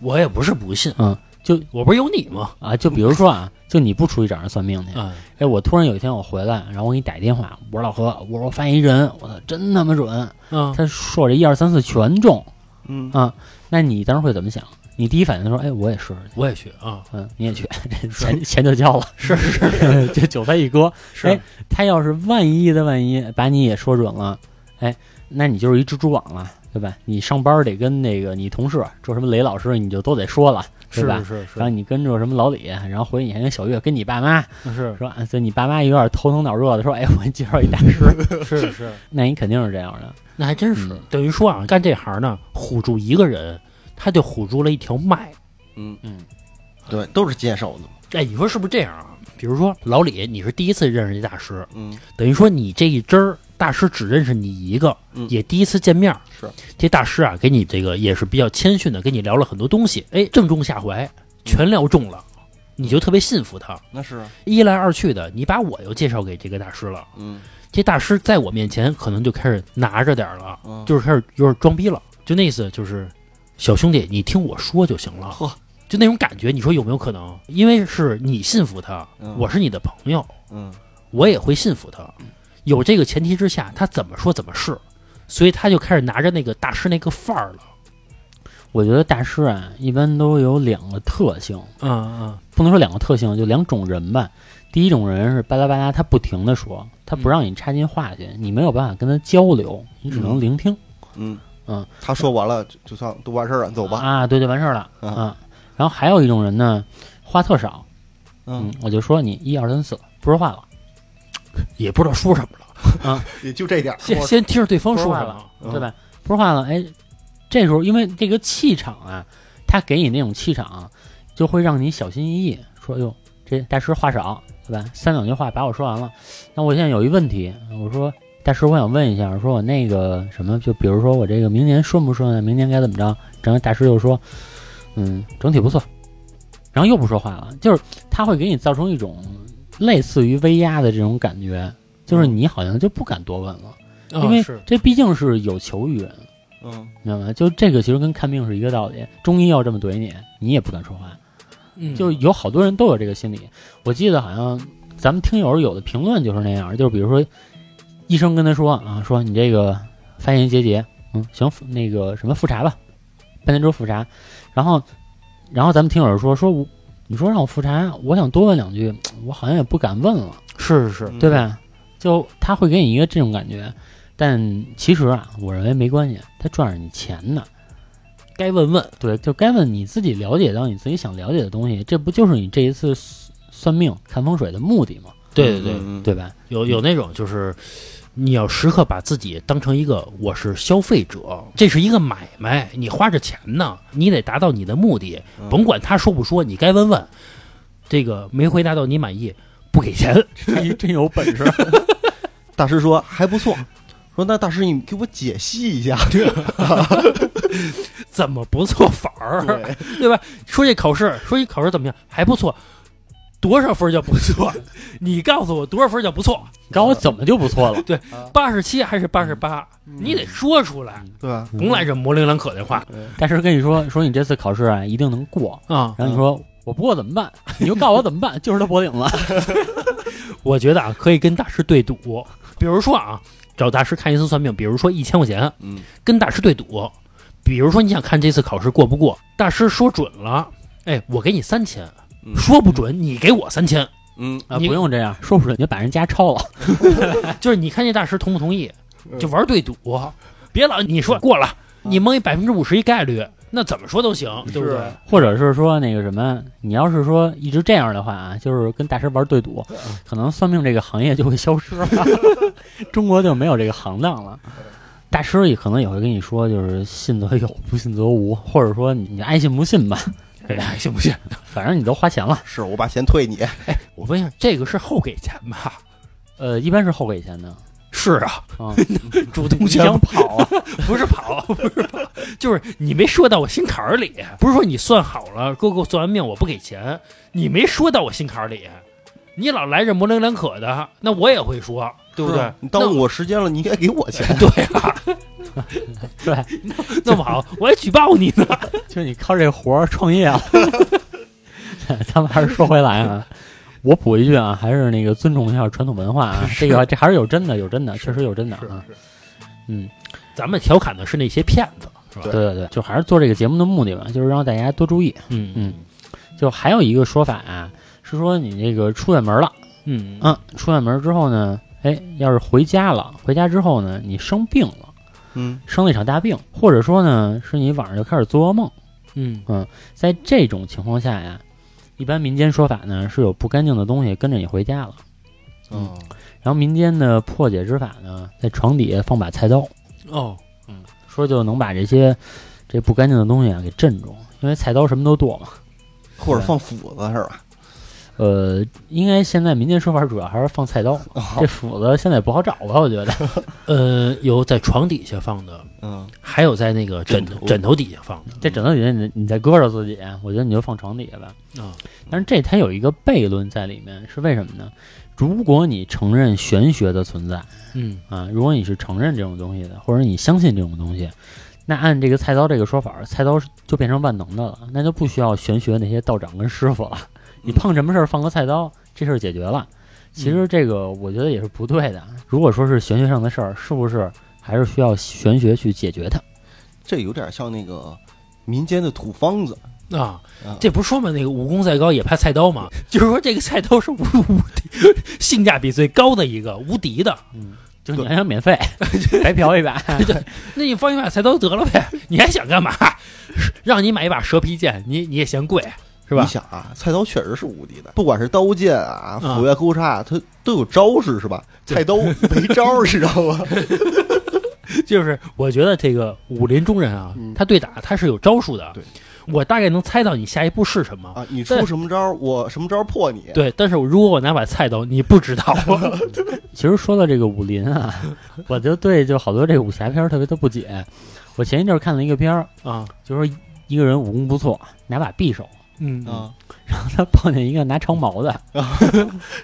Speaker 3: 我也不是不信，
Speaker 2: 嗯，就
Speaker 3: 我不是有你吗？
Speaker 2: 啊，就比如说啊，就你不出去找人算命去，
Speaker 3: 嗯
Speaker 2: 哎，我突然有一天我回来，然后我给你打一电话，我说老何，我说我发现一人，我操，真他妈准，
Speaker 3: 嗯，
Speaker 2: 他说这一二三四全中，
Speaker 4: 嗯
Speaker 2: 啊那你当时会怎么想？你第一反应说，哎，我也是，
Speaker 3: 我也去啊，
Speaker 2: 嗯，你也 去，这钱钱就交了，是 是，这韭菜一割。
Speaker 3: 是
Speaker 2: 哎他要是万一的万一把你也说准了，哎，那你就是一蜘蛛网了，对吧？你上班得跟那个你同事，说什么雷老师，你就都得说了，对
Speaker 3: 是
Speaker 2: 吧？啊
Speaker 3: 是
Speaker 2: 然后你跟着什么老李，然后回去你还跟小月跟你爸妈
Speaker 3: 是
Speaker 2: 说，啊，这你爸妈有点头疼脑热的，说，哎，我介绍一大师，
Speaker 3: 是是是，
Speaker 2: 那你肯定是这样的。
Speaker 3: 那还真是
Speaker 2: 嗯
Speaker 3: 等于说啊，干这行呢，唬住一个人，他就唬住了一条脉。
Speaker 4: 嗯
Speaker 2: 嗯，
Speaker 4: 对，都是介绍的嘛。
Speaker 3: 哎，你说是不是这样啊？比如说老李，你是第一次认识这大师，
Speaker 4: 嗯
Speaker 3: 等于说你这一支儿大师只认识你一个，
Speaker 4: 嗯
Speaker 3: 也第一次见面儿。
Speaker 4: 是
Speaker 3: 这大师啊，给你这个也是比较谦逊的，跟你聊了很多东西，哎，正中下怀，全聊中了，你就特别信服他。
Speaker 4: 那是啊
Speaker 3: 一来二去的，你把我又介绍给这个大师了，
Speaker 4: 嗯
Speaker 3: 这大师在我面前可能就开始拿着点儿了，
Speaker 4: 嗯
Speaker 3: 就是开始有点装逼了，就那意思就是，小兄弟，你听我说就行了。
Speaker 4: 呵，
Speaker 3: 就那种感觉，你说有没有可能？因为是你信服他，
Speaker 4: 嗯
Speaker 3: 我是你的朋友，
Speaker 4: 嗯
Speaker 3: 我也会信服他。有这个前提之下，他怎么说怎么是。所以他就开始拿着那个大师那个范儿了。
Speaker 2: 我觉得大师啊，一般都有两个特性，
Speaker 3: 嗯嗯
Speaker 2: 不能说两个特性，就两种人吧。第一种人是巴拉巴拉，他不停的说，他不让你插进话去，你没有办法跟他交流，你只能聆听。
Speaker 4: 嗯
Speaker 2: 嗯，
Speaker 4: 他说完了就就算都完事儿了，你走吧。
Speaker 2: 啊，对对，完事儿了
Speaker 4: 啊
Speaker 3: 嗯
Speaker 2: 啊。然后还有一种人呢，话特少，嗯，，我就说你一二三四不说话了，
Speaker 3: 也不知道说什么了，
Speaker 4: 也就这点儿。
Speaker 3: 先先听着对方
Speaker 2: 说
Speaker 3: 说
Speaker 2: 话
Speaker 3: 什
Speaker 2: 了
Speaker 3: 么。
Speaker 4: 嗯
Speaker 2: 对吧？不说话了，哎，这时候因为这个气场啊，他给你那种气场啊，就会让你小心翼翼，说哟，这大师话少，对吧？三两句话把我说完了，那我现在有一问题，我说大师，我想问一下，说我那个什么，就比如说我这个明年顺不顺啊？明年该怎么着？然后大师又说，嗯，整体不错，然后又不说话了，就是他会给你造成一种类似于威压的这种感觉，就是你好像就不敢多问了。因为
Speaker 3: 啊是
Speaker 2: 这毕竟是有求于人，
Speaker 4: 嗯，
Speaker 2: 明白吗？就这个其实跟看病是一个道理，中医要这么怼你，你也不敢说话。
Speaker 3: 嗯
Speaker 2: 就有好多人都有这个心理，我记得好像咱们听友有的评论就是那样，就是比如说医生跟他说啊，说你这个发炎结节，嗯，行，复那个什么复查吧，半年之后复查，然后然后咱们听友说说我，你说让我复查，我想多问两句，我好像也不敢问了。
Speaker 3: 是是是，
Speaker 2: 对？吧？就他会给你一个这种感觉，但其实啊，我认为没关系，他赚着你钱呢。
Speaker 3: 该问问。
Speaker 2: 对，就该问你自己了解到你自己想了解的东西，这不就是你这一次算算命看风水的目的吗？
Speaker 3: 对对对，
Speaker 4: 嗯，
Speaker 2: 对吧？
Speaker 3: 有有那种就是。你要时刻把自己当成一个我是消费者，这是一个买卖，你花着钱呢，你得达到你的目的，
Speaker 4: 嗯
Speaker 3: 甭管他说不说，你该问问。这个没回答到你满意，不给钱。
Speaker 2: 真真有本事，
Speaker 4: 大师说还不错，说那大师你给我解析一下。
Speaker 3: 怎么不做法儿？
Speaker 4: 对，
Speaker 3: 对吧？说这考试，说这考试怎么样？还不错，多少分儿叫不错？ 你告诉我多少分儿叫不错？
Speaker 2: 让我怎么就不错了？
Speaker 3: 八十七还是八十八？
Speaker 4: 嗯
Speaker 3: 你得说出来，
Speaker 4: 对吧？
Speaker 3: 甭来这模棱两可的话
Speaker 2: 大师跟你说说你这次考试啊一定能过，
Speaker 3: 啊！
Speaker 2: 然后你说。我不过怎么办？你就告诉我怎么办， 就是他脖领了。
Speaker 3: 我觉得啊，可以跟大师对赌，比如说啊，找大师看一次算命，比如说一千块钱，
Speaker 4: 嗯
Speaker 3: 跟大师对赌。比如说你想看这次考试过不过，大师说准了，哎，我给你三千；
Speaker 4: 嗯
Speaker 3: 说不准，你给我三千。
Speaker 4: 嗯，
Speaker 2: 啊，
Speaker 3: 你
Speaker 2: 不用这样，说 不准就把人家抄了。
Speaker 3: 就是你看这大师同不同意，
Speaker 4: 嗯
Speaker 3: 就玩对赌，别老你说过了，你蒙一百分之五十一概率，那怎么说都行，对不对
Speaker 4: 是？
Speaker 2: 或者是说那个什么，你要是说一直这样的话啊，就是跟大师玩对赌，可能算命这个行业就会消失了， 中国就没有这个行当了。大师也可能也会跟你说，就是信则有，不信则无，或者说你爱信不信吧，
Speaker 3: 哎，信不信？
Speaker 2: 反正你都花钱了。
Speaker 4: 是我把钱退你。
Speaker 3: 我问一下，这个是后给钱吧？
Speaker 2: 呃，一般是后给钱的
Speaker 3: 是啊，
Speaker 2: 啊，
Speaker 3: 主动
Speaker 2: 你
Speaker 3: 权
Speaker 2: 想跑啊？
Speaker 3: 不是跑，不是跑， 就是你没说到我心坎儿里。不是说你算好了，给我算完命我不给钱，你没说到我心坎儿里，你老来这模棱两可的，那我也会说，对不
Speaker 4: 是
Speaker 3: 对
Speaker 4: 啊？你耽误我时间了，你应该给我钱。
Speaker 3: 那 对啊，
Speaker 2: 对，
Speaker 3: 那么好，我还举报你呢。
Speaker 2: 就是你靠这活儿创业啊。 咱们还是说回来 啊，我补一句啊，还是那个尊重一下传统文化啊。这个这 还是有真的，有真的，确实有真的啊。嗯，
Speaker 3: 咱们调侃的是那些骗子，是吧？
Speaker 2: 对对对，就还是做这个节目的目的嘛，就是让大家多注意。
Speaker 3: 嗯
Speaker 2: 嗯就还有一个说法啊，是说你这个出远门了，
Speaker 3: 嗯
Speaker 2: 嗯，出远门之后呢，哎，要是回家了，回家之后呢，你生病了，
Speaker 4: 嗯
Speaker 2: 生了一场大病，或者说呢，是你晚上就开始做噩梦。
Speaker 3: 嗯
Speaker 2: 在这种情况下呀，一般民间说法呢是有不干净的东西跟着你回家了。
Speaker 4: 嗯
Speaker 2: 然后民间的破解之法呢，在床底下放把菜刀，
Speaker 3: 哦，
Speaker 2: 说就能把这些这不干净的东西啊给镇住，因为菜刀什么都剁嘛。
Speaker 4: 或者放斧子是吧？
Speaker 2: 呃，应该现在民间说法主要还是放菜刀，这斧子现在不好找吧？我觉得
Speaker 3: 呃，有在床底下放的，
Speaker 4: 嗯，
Speaker 3: 还有在那个枕
Speaker 4: 枕头
Speaker 3: 枕头底下放的。
Speaker 2: 这枕头底下你你再搁着自己，我觉得你就放床底下吧。
Speaker 3: 啊
Speaker 2: 但是这它有一个悖论在里面，是为什么呢？如果你承认玄学的存在，
Speaker 3: 嗯
Speaker 2: 啊，如果你是承认这种东西的，或者你相信这种东西，那按这个菜刀这个说法，菜刀是就变成万能的了，那就不需要玄学那些道长跟师傅了。 你碰什么事儿放个菜刀，这事儿解决了。其实这个我觉得也是不对的。如果说是玄学上的事儿，是不是还是需要玄学去解决它。
Speaker 4: 这有点像那个民间的土方子，
Speaker 3: 啊
Speaker 4: 啊，
Speaker 3: 这不是说嘛，那个武功再高也怕菜刀嘛， 就是说这个菜刀是无无敌，性价比最高的一个，无敌的。
Speaker 2: 就是你还想免费， 白嫖一把，
Speaker 3: 那你放一把菜刀得了呗，你还想干嘛？ 让你买一把蛇皮剑，你你也嫌贵是吧
Speaker 4: 你？想啊，菜刀确实是无敌的，不管是刀剑啊、
Speaker 3: 啊
Speaker 4: 斧钺钩叉，它都有招式是吧？菜刀没 招儿，知道吗？
Speaker 3: 就是我觉得这个武林中人啊，
Speaker 4: 嗯
Speaker 3: 他对打他是有招数的
Speaker 4: 对。
Speaker 3: 我大概能猜到你下一步是什么。
Speaker 4: 啊，你出什么招儿，我什么招儿破你。
Speaker 3: 对，但是我如果我拿把菜刀，你不知 道，
Speaker 2: 其实说到这个武林啊，我就对就好多这个武侠片儿特别的不解。我前一阵儿看了一个片儿，
Speaker 3: 啊，
Speaker 2: 就说一个人武功不错，拿把匕首，
Speaker 3: 嗯
Speaker 4: 啊，
Speaker 2: 他碰见一个拿长矛 的，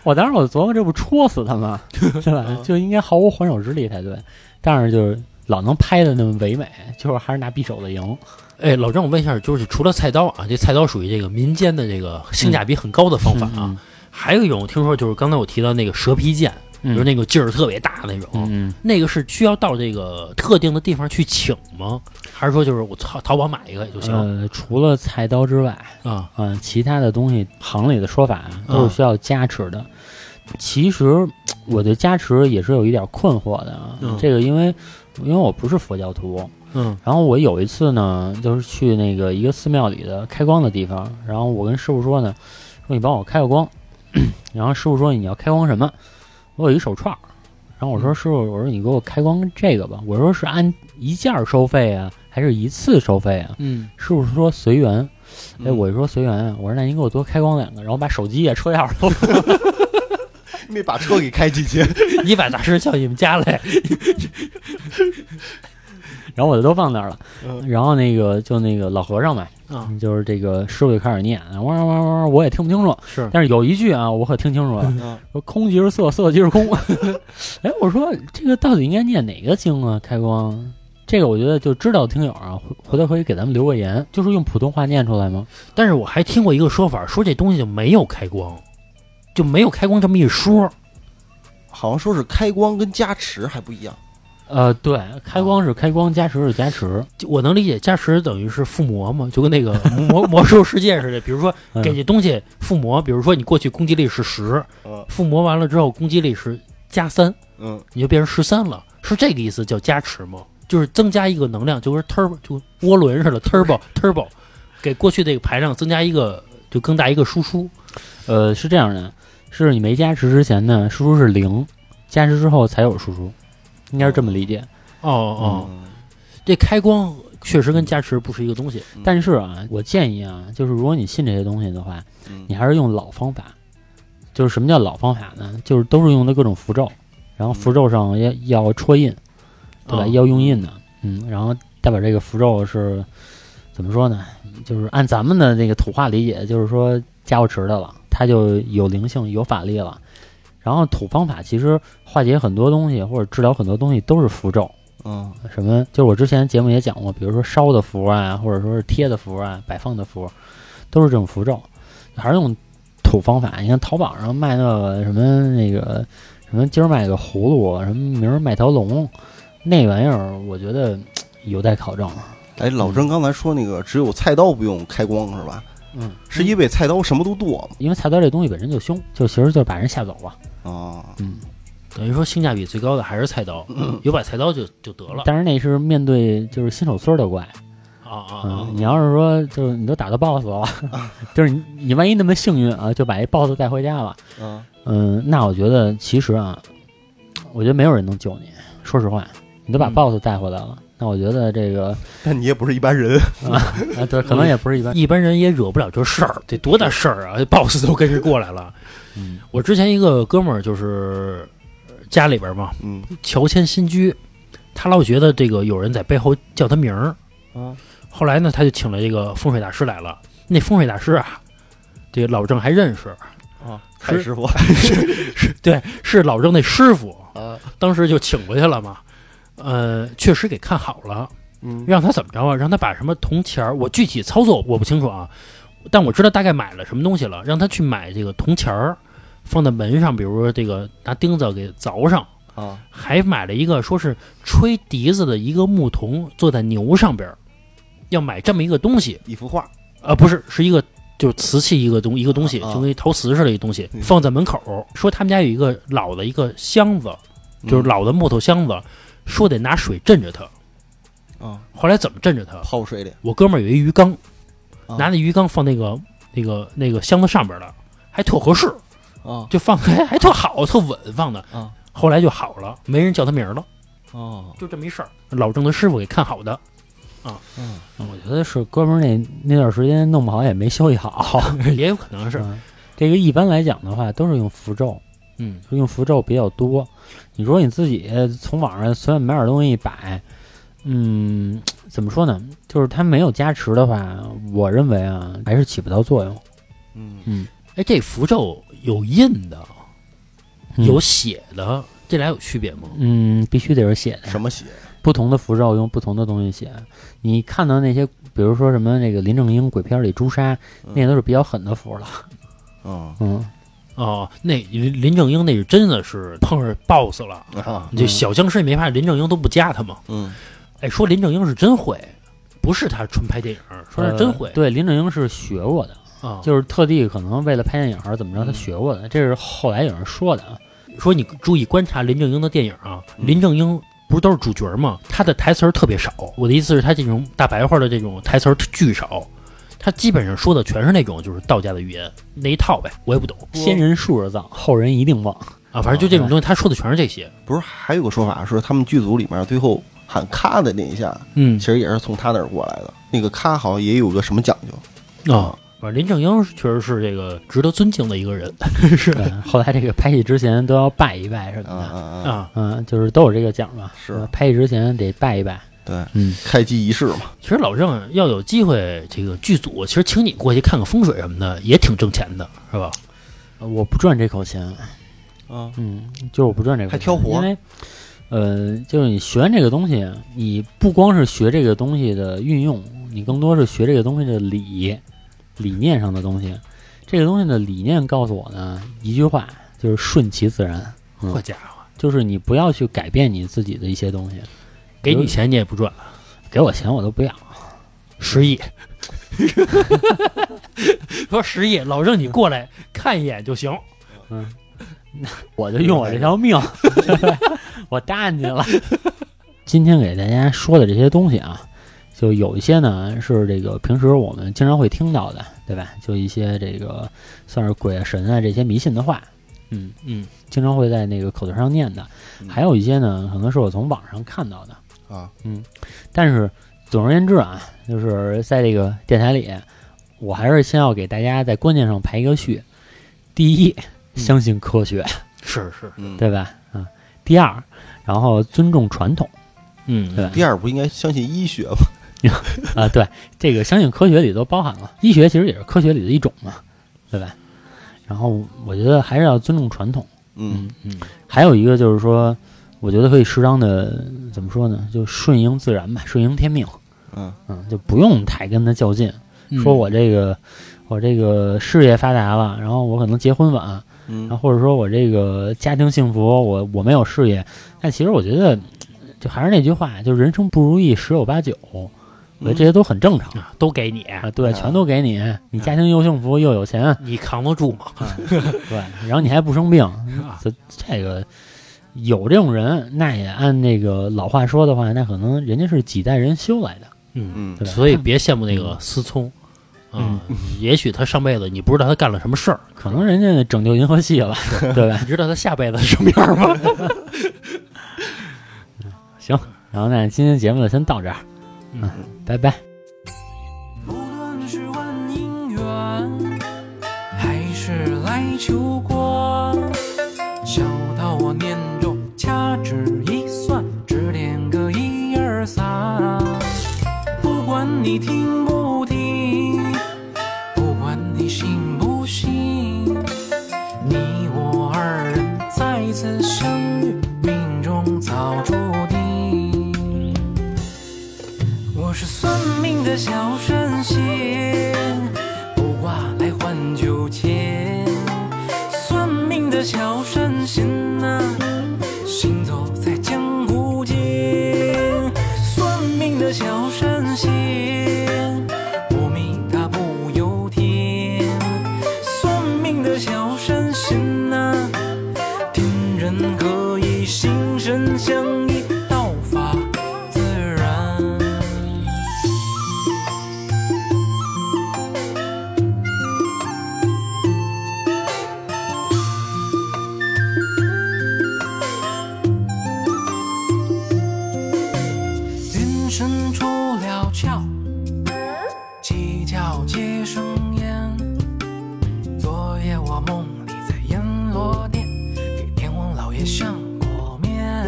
Speaker 2: 我当时我琢磨这不戳死他吗？ 是吧？就应该毫无还手之力才对。但是就是老能拍的那么唯美，就是还是拿匕首的赢。
Speaker 3: 哎，老郑，我问一下，就是除了菜刀啊，这菜刀属于这个民间的这个性价比很高的方法啊，
Speaker 2: 嗯
Speaker 3: 还有一种听说就是刚才我提到那个蛇皮剑，比
Speaker 2: 嗯
Speaker 3: 如那个劲儿特别大那种，
Speaker 2: 嗯
Speaker 3: 那个是需要到这个特定的地方去请吗？还是说就是我淘淘宝买一个也就行
Speaker 2: 呃，除了菜刀之外，
Speaker 3: 啊？
Speaker 2: 嗯、其他的东西行里的说法啊都
Speaker 3: 嗯
Speaker 2: 是需要加持的。其实我对加持也是有一点困惑的啊。
Speaker 3: 嗯
Speaker 2: 这个因为因为我不是佛教徒，
Speaker 3: 嗯
Speaker 2: 然后我有一次呢，就是去那个一个寺庙里的开光的地方，然后我跟师傅说呢，说你帮我开个光， 然后师傅说你要开光什么？我有一手串儿，然后我说师傅，我说你给我开光这个吧，我说是按一件儿收费啊，还是一次收费啊？
Speaker 3: 嗯，
Speaker 2: 师傅说随缘，哎，
Speaker 4: 嗯
Speaker 2: 我就说随缘啊，我说那您给我多开光两个，然后把手机啊、车钥匙都
Speaker 4: 你得把车给开进去。
Speaker 3: 你把大师叫你们家来，
Speaker 2: 然后我就都放那儿了。
Speaker 4: 嗯
Speaker 2: 然后那个就那个老和尚嘛，
Speaker 3: 啊
Speaker 2: 就是这个师傅就开始念，啊汪汪汪，我也听不清楚。
Speaker 3: 是嗯
Speaker 2: 但是有一句啊，我可听清楚了，
Speaker 4: 啊
Speaker 2: 说空即是色， 色即是空。哎，我说这个到底应该念哪个经啊？开光。这个我觉得就知道的听友啊，回回头可以给咱们留个言，就是用普通话念出来吗？
Speaker 3: 但是我还听过一个说法，说这东西就没有开光，就没有开光这么一说。
Speaker 4: 好像说是开光跟加持还不一样。
Speaker 2: 呃，对，开光是开光，加持是加持，
Speaker 3: 就我能理解加持等于是附魔嘛， 就跟那个魔魔兽世界似的。比如说
Speaker 2: 嗯
Speaker 3: 给这东西附魔，比如说你过去攻击力是十，
Speaker 4: 嗯
Speaker 3: 附魔完了之后攻击力是加三，
Speaker 4: 嗯，
Speaker 3: 你就变成十三了，是这个意思叫加持吗？就是增加一个能量，就是 turbo 就涡轮似的 turbo turbo，给过去这个排量增加一个就更大一个输出。
Speaker 2: 呃，是这样的，是你没加持之前呢，输出是零，加持之后才有输出，应该是这么理解。
Speaker 3: 哦哦，这开光确实跟加持不是一个东西。
Speaker 4: 嗯
Speaker 2: 但是啊，我建议啊，就是如果你信这些东西的话，
Speaker 4: 嗯
Speaker 2: 你还是用老方法。就是什么叫老方法呢？就是都是用的各种符咒，然后符咒上要要戳印，对吧？
Speaker 3: 啊
Speaker 2: 要用印的，嗯，然后代表这个符咒是怎么说呢？就是按咱们的那个土话理解，就是说加过持的了，它就有灵性、有法力了。然后土方法其实化解很多东西或者治疗很多东西都是符咒，
Speaker 4: 嗯
Speaker 2: 什么就是我之前节目也讲过，比如说烧的符啊，或者说是贴的符啊、摆放的符，都是这种符咒，还是用土方法。你看淘宝上卖那个什么那个什么，今儿卖个葫芦，啊什么明儿卖条龙，那玩意儿我觉得嘖有待考证。啊
Speaker 4: 哎，老郑刚才说那个只有菜刀不用开光是吧？
Speaker 2: 嗯，
Speaker 4: 是因为菜刀什么都剁
Speaker 2: 因为菜刀这东西本身就凶，就其实就是把人吓走了。
Speaker 4: 嘛啊。
Speaker 2: 嗯，
Speaker 3: 等于说性价比最高的还是菜刀，有把菜刀就就得了。
Speaker 2: 但是那是面对就是新手村的怪，
Speaker 3: 啊啊啊
Speaker 2: 嗯，！你要是说就是你都打到 BOSS 了，就是你你万一那么幸运啊，就把一 BOSS 带回家了。
Speaker 4: 嗯，
Speaker 2: 嗯，那我觉得其实啊，我觉得没有人能救你。说实话，你都把
Speaker 3: 嗯
Speaker 2: BOSS 带回来了，那我觉得这个
Speaker 4: 但你也不是一般人。
Speaker 2: 啊，对，可能也不是一 般。
Speaker 3: 一般人也惹不了这事儿，得多大事儿啊这！boss 都跟着过来了。
Speaker 2: 嗯
Speaker 3: 我之前一个哥们儿就是呃家里边嘛，
Speaker 4: 嗯
Speaker 3: 乔迁新居，他老觉得这个有人在背后叫他名儿。
Speaker 4: 啊
Speaker 3: 后来呢，他就请了这个风水大师来了。那风水大师啊，这个老郑还认识，
Speaker 4: 啊，
Speaker 3: 是
Speaker 4: 蔡师傅
Speaker 3: 对，是老郑那师傅，
Speaker 4: 啊，
Speaker 3: 当时就请过去了嘛。呃，确实给看好了，
Speaker 4: 嗯
Speaker 3: 让他怎么着啊？让他把什么铜钱儿，我具体操作我不清楚啊，但我知道大概买了什么东西了，让他去买这个铜钱儿，放在门上，比如说这个拿钉子给凿上，
Speaker 4: 啊，
Speaker 3: 还买了一个说是吹笛子的一个牧童坐在牛上边儿，要买这么一个东西，
Speaker 4: 一幅画，
Speaker 3: 呃，不是，是一个就是瓷器一个东一个东西，
Speaker 4: 啊啊
Speaker 3: 就跟一陶瓷似的，一个东西
Speaker 4: 嗯
Speaker 3: 放在门口儿，说他们家有一个老的一个箱子，
Speaker 4: 嗯
Speaker 3: 就是老的木头箱子，说得拿水镇着它。
Speaker 4: 啊，
Speaker 3: 后来怎么镇着它？
Speaker 4: 泡水里，
Speaker 3: 我哥们儿有一鱼缸，
Speaker 4: 啊
Speaker 3: 拿那鱼缸放那个那个那个箱子上边儿了，还特合适，
Speaker 4: 啊
Speaker 3: 就放 还还特好，特稳放的。
Speaker 4: 啊
Speaker 3: 后来就好了，没人叫他名儿了，
Speaker 4: 哦，
Speaker 3: 就这么一事儿。老郑的师傅给看 好的，
Speaker 4: 嗯，
Speaker 2: 我觉得是哥们儿那那段时间弄不好也没休息好。
Speaker 3: 也有可能是，
Speaker 2: 嗯这个一般来讲的话，都是用符咒，
Speaker 3: 嗯，
Speaker 2: 就用符咒比较多。你说你自己从网上随便买点东西一摆，嗯，怎么说呢？就是它没有加持的话，我认为啊，还是起不到作用。
Speaker 4: 嗯
Speaker 3: 哎，这符咒有印的，
Speaker 2: 嗯
Speaker 3: 有写的，这俩有区别吗？
Speaker 2: 嗯，必须得是写的，
Speaker 4: 什么血？
Speaker 2: 不同的符咒用不同的东西写。你看到那些，比如说什么那个林正英鬼片里朱砂，那都是比较狠的符了。
Speaker 4: 嗯
Speaker 2: 嗯，
Speaker 3: 哦，那林林正英那是真的是碰上 boss 了，
Speaker 2: 嗯
Speaker 4: 啊，
Speaker 3: 就小僵尸没怕林正英都不加他嘛。
Speaker 4: 嗯
Speaker 3: 哎，说林正英是真会，不是他纯拍电影，说是真会
Speaker 2: 呃对，林正英是学过的，嗯
Speaker 3: 啊。
Speaker 2: 就是特地可能为了拍电影儿怎么着，他
Speaker 4: 嗯
Speaker 2: 学过的，这是后来有人说的啊。
Speaker 3: 说你注意观察林正英的电影啊，
Speaker 4: 嗯
Speaker 3: 林正英不是都是主角吗？他的台词儿特别少。我的意思是，他这种大白话的这种台词儿巨少，他基本上说的全是那种就是道家的语言那一套呗，我也不懂
Speaker 2: 先人数着葬，后人一 定忘。
Speaker 3: 啊。反正就这种东西，他说的全是这些。
Speaker 4: 不是还有个说法说他们剧组里面最后喊咔的那一下，
Speaker 3: 嗯
Speaker 4: 其实也是从他那儿过来的。那个咔好像也有个什么讲究，
Speaker 3: 啊，反正林正英确实是这个值得尊敬的一个人
Speaker 2: 是，啊后来这个拍戏之前都要拜一拜什么
Speaker 4: 啊
Speaker 2: 的，
Speaker 4: 啊啊！
Speaker 3: 啊。
Speaker 2: 嗯，就是都有这个讲嘛。
Speaker 4: 是
Speaker 2: 呃拍戏之前得拜一拜。
Speaker 4: 对，
Speaker 2: 嗯，
Speaker 4: 开机仪式嘛，
Speaker 3: 其实老郑要有机会，这个剧组其实请你过去看看风水什么的，也挺挣钱的，是吧？
Speaker 2: 呃我不赚这口钱，
Speaker 4: 啊，
Speaker 2: 嗯，就是我不赚这口钱，
Speaker 4: 还挑活
Speaker 2: 因为，呃，就是你学完这个东西，你不光是学这个东西的运用，你更多是学这个东西的理理念上的东西。这个东西的理念告诉我呢，一句话就是顺其自然，嗯
Speaker 3: 好家伙，
Speaker 2: 就是你不要去改变你自己的一些东西。
Speaker 3: 给你钱你也不赚，
Speaker 2: 给我钱我都不要，
Speaker 3: 十亿。 说十亿，老郑你过来看一眼就行。
Speaker 2: 我就用我这条 命，我搭进去了。今天给大家说的这些东西啊，就有一些呢是这个平时我们经常会听到的，对吧？就一些这个算是鬼啊神啊这些迷信的话，嗯，
Speaker 3: 嗯，
Speaker 2: 经常会在那个口头上念的。
Speaker 4: 嗯
Speaker 2: 还有一些呢，可能是我从网上看到的。嗯
Speaker 4: 啊，
Speaker 2: 但是总而言之啊，就是在这个电台里，我还是先要给大家在观念上排一个序。第一，相信科学，
Speaker 3: 是是，
Speaker 4: 嗯，
Speaker 2: 对吧？啊，第二，然后尊重传统，
Speaker 3: 嗯
Speaker 2: 对吧？
Speaker 4: 第二不应该相信医学吗？
Speaker 2: 啊，对，这个相信科学里都包含了，医学其实也是科学里的一种嘛，对吧？然后我觉得还是要尊重传统。
Speaker 4: 嗯
Speaker 3: 嗯
Speaker 2: 还有一个就是说，我觉得可以适当的怎么说呢？就顺应自然吧，顺应天命。
Speaker 4: 嗯
Speaker 2: 嗯，就不用太跟他较劲，
Speaker 3: 嗯
Speaker 2: 说我这个我这个事业发达了，然后我可能结婚晚，然后
Speaker 4: 嗯，
Speaker 2: 或者说我这个家庭幸福，我我没有事业，但其实我觉得，就还是那句话，就人生不如意十有八九，我觉得这些都很正常、
Speaker 3: 啊都给你，
Speaker 2: 嗯啊。对，
Speaker 4: 嗯
Speaker 2: 全都给你，你家庭又幸福又有钱，
Speaker 3: 你扛得住吗？
Speaker 2: 对，然后你还不生病，
Speaker 3: 啊
Speaker 2: 这这个有这种人，那也按那个老话说的话，那可能人家是几代人修来的，
Speaker 3: 嗯，
Speaker 4: 嗯
Speaker 2: 对吧？
Speaker 3: 所以别羡慕那个思聪啊，也许他上辈子你不知道他干了什么事儿，
Speaker 2: 可能人家拯救银河系了，对吧？
Speaker 3: 你知道他下辈子什么样吗？
Speaker 2: 然后呢，今天节目就先到这儿，
Speaker 3: 嗯
Speaker 2: 嗯，拜拜。
Speaker 1: 无论是万姻缘，还是来求官，小到我念咒掐指一算，指点个一二三。不管你听不听，不管你信不信，你我二人再次相遇，命中早注定。我是算命的小神仙，卜卦来换酒钱。算命的小神仙呐、行走别想过面，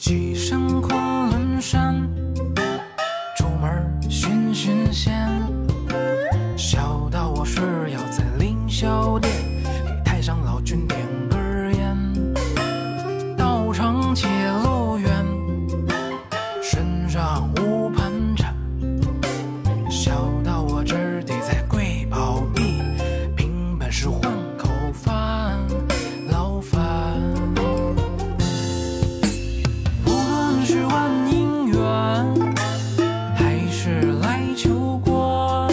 Speaker 1: 跻身昆仑山，出门寻寻仙。小到我是要在凌霄殿给太上老君点根烟，道长且路远，身上无盘缠。小到我只得在贵宝地凭本事换口饭，劳烦。无论是万姻缘，还是来求官，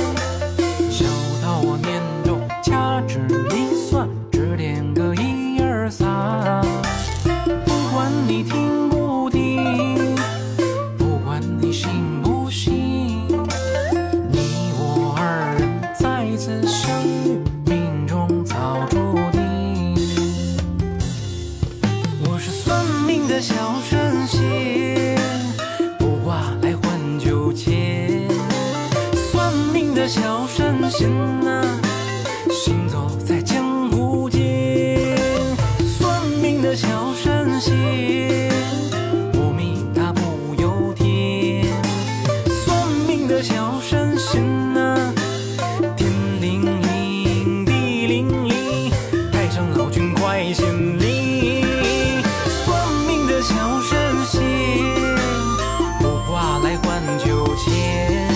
Speaker 1: 小到我念动掐指一算，只点个一二三。不管你听不听，不管你信不信。你我二人再次相遇，命中早注定。我是算命的小神仙，卜卦来换酒钱。算命的小神仙呐、行走在江湖间。算命的小神仙，无名他不由天。算命的小神仙呐、天灵灵，地灵灵，太上老君快显灵。算命的小神仙，卜卦来换酒钱。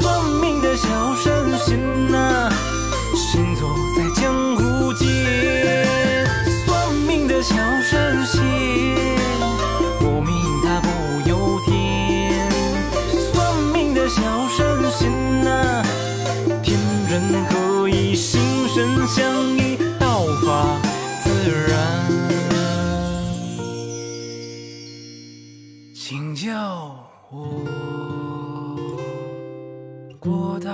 Speaker 1: 算命的小啊神仙呐、行走在江湖间。算命的小神仙，我命他不由天。算命的小神仙呐、天人合一，心神相依，道法自然。请叫我郭大。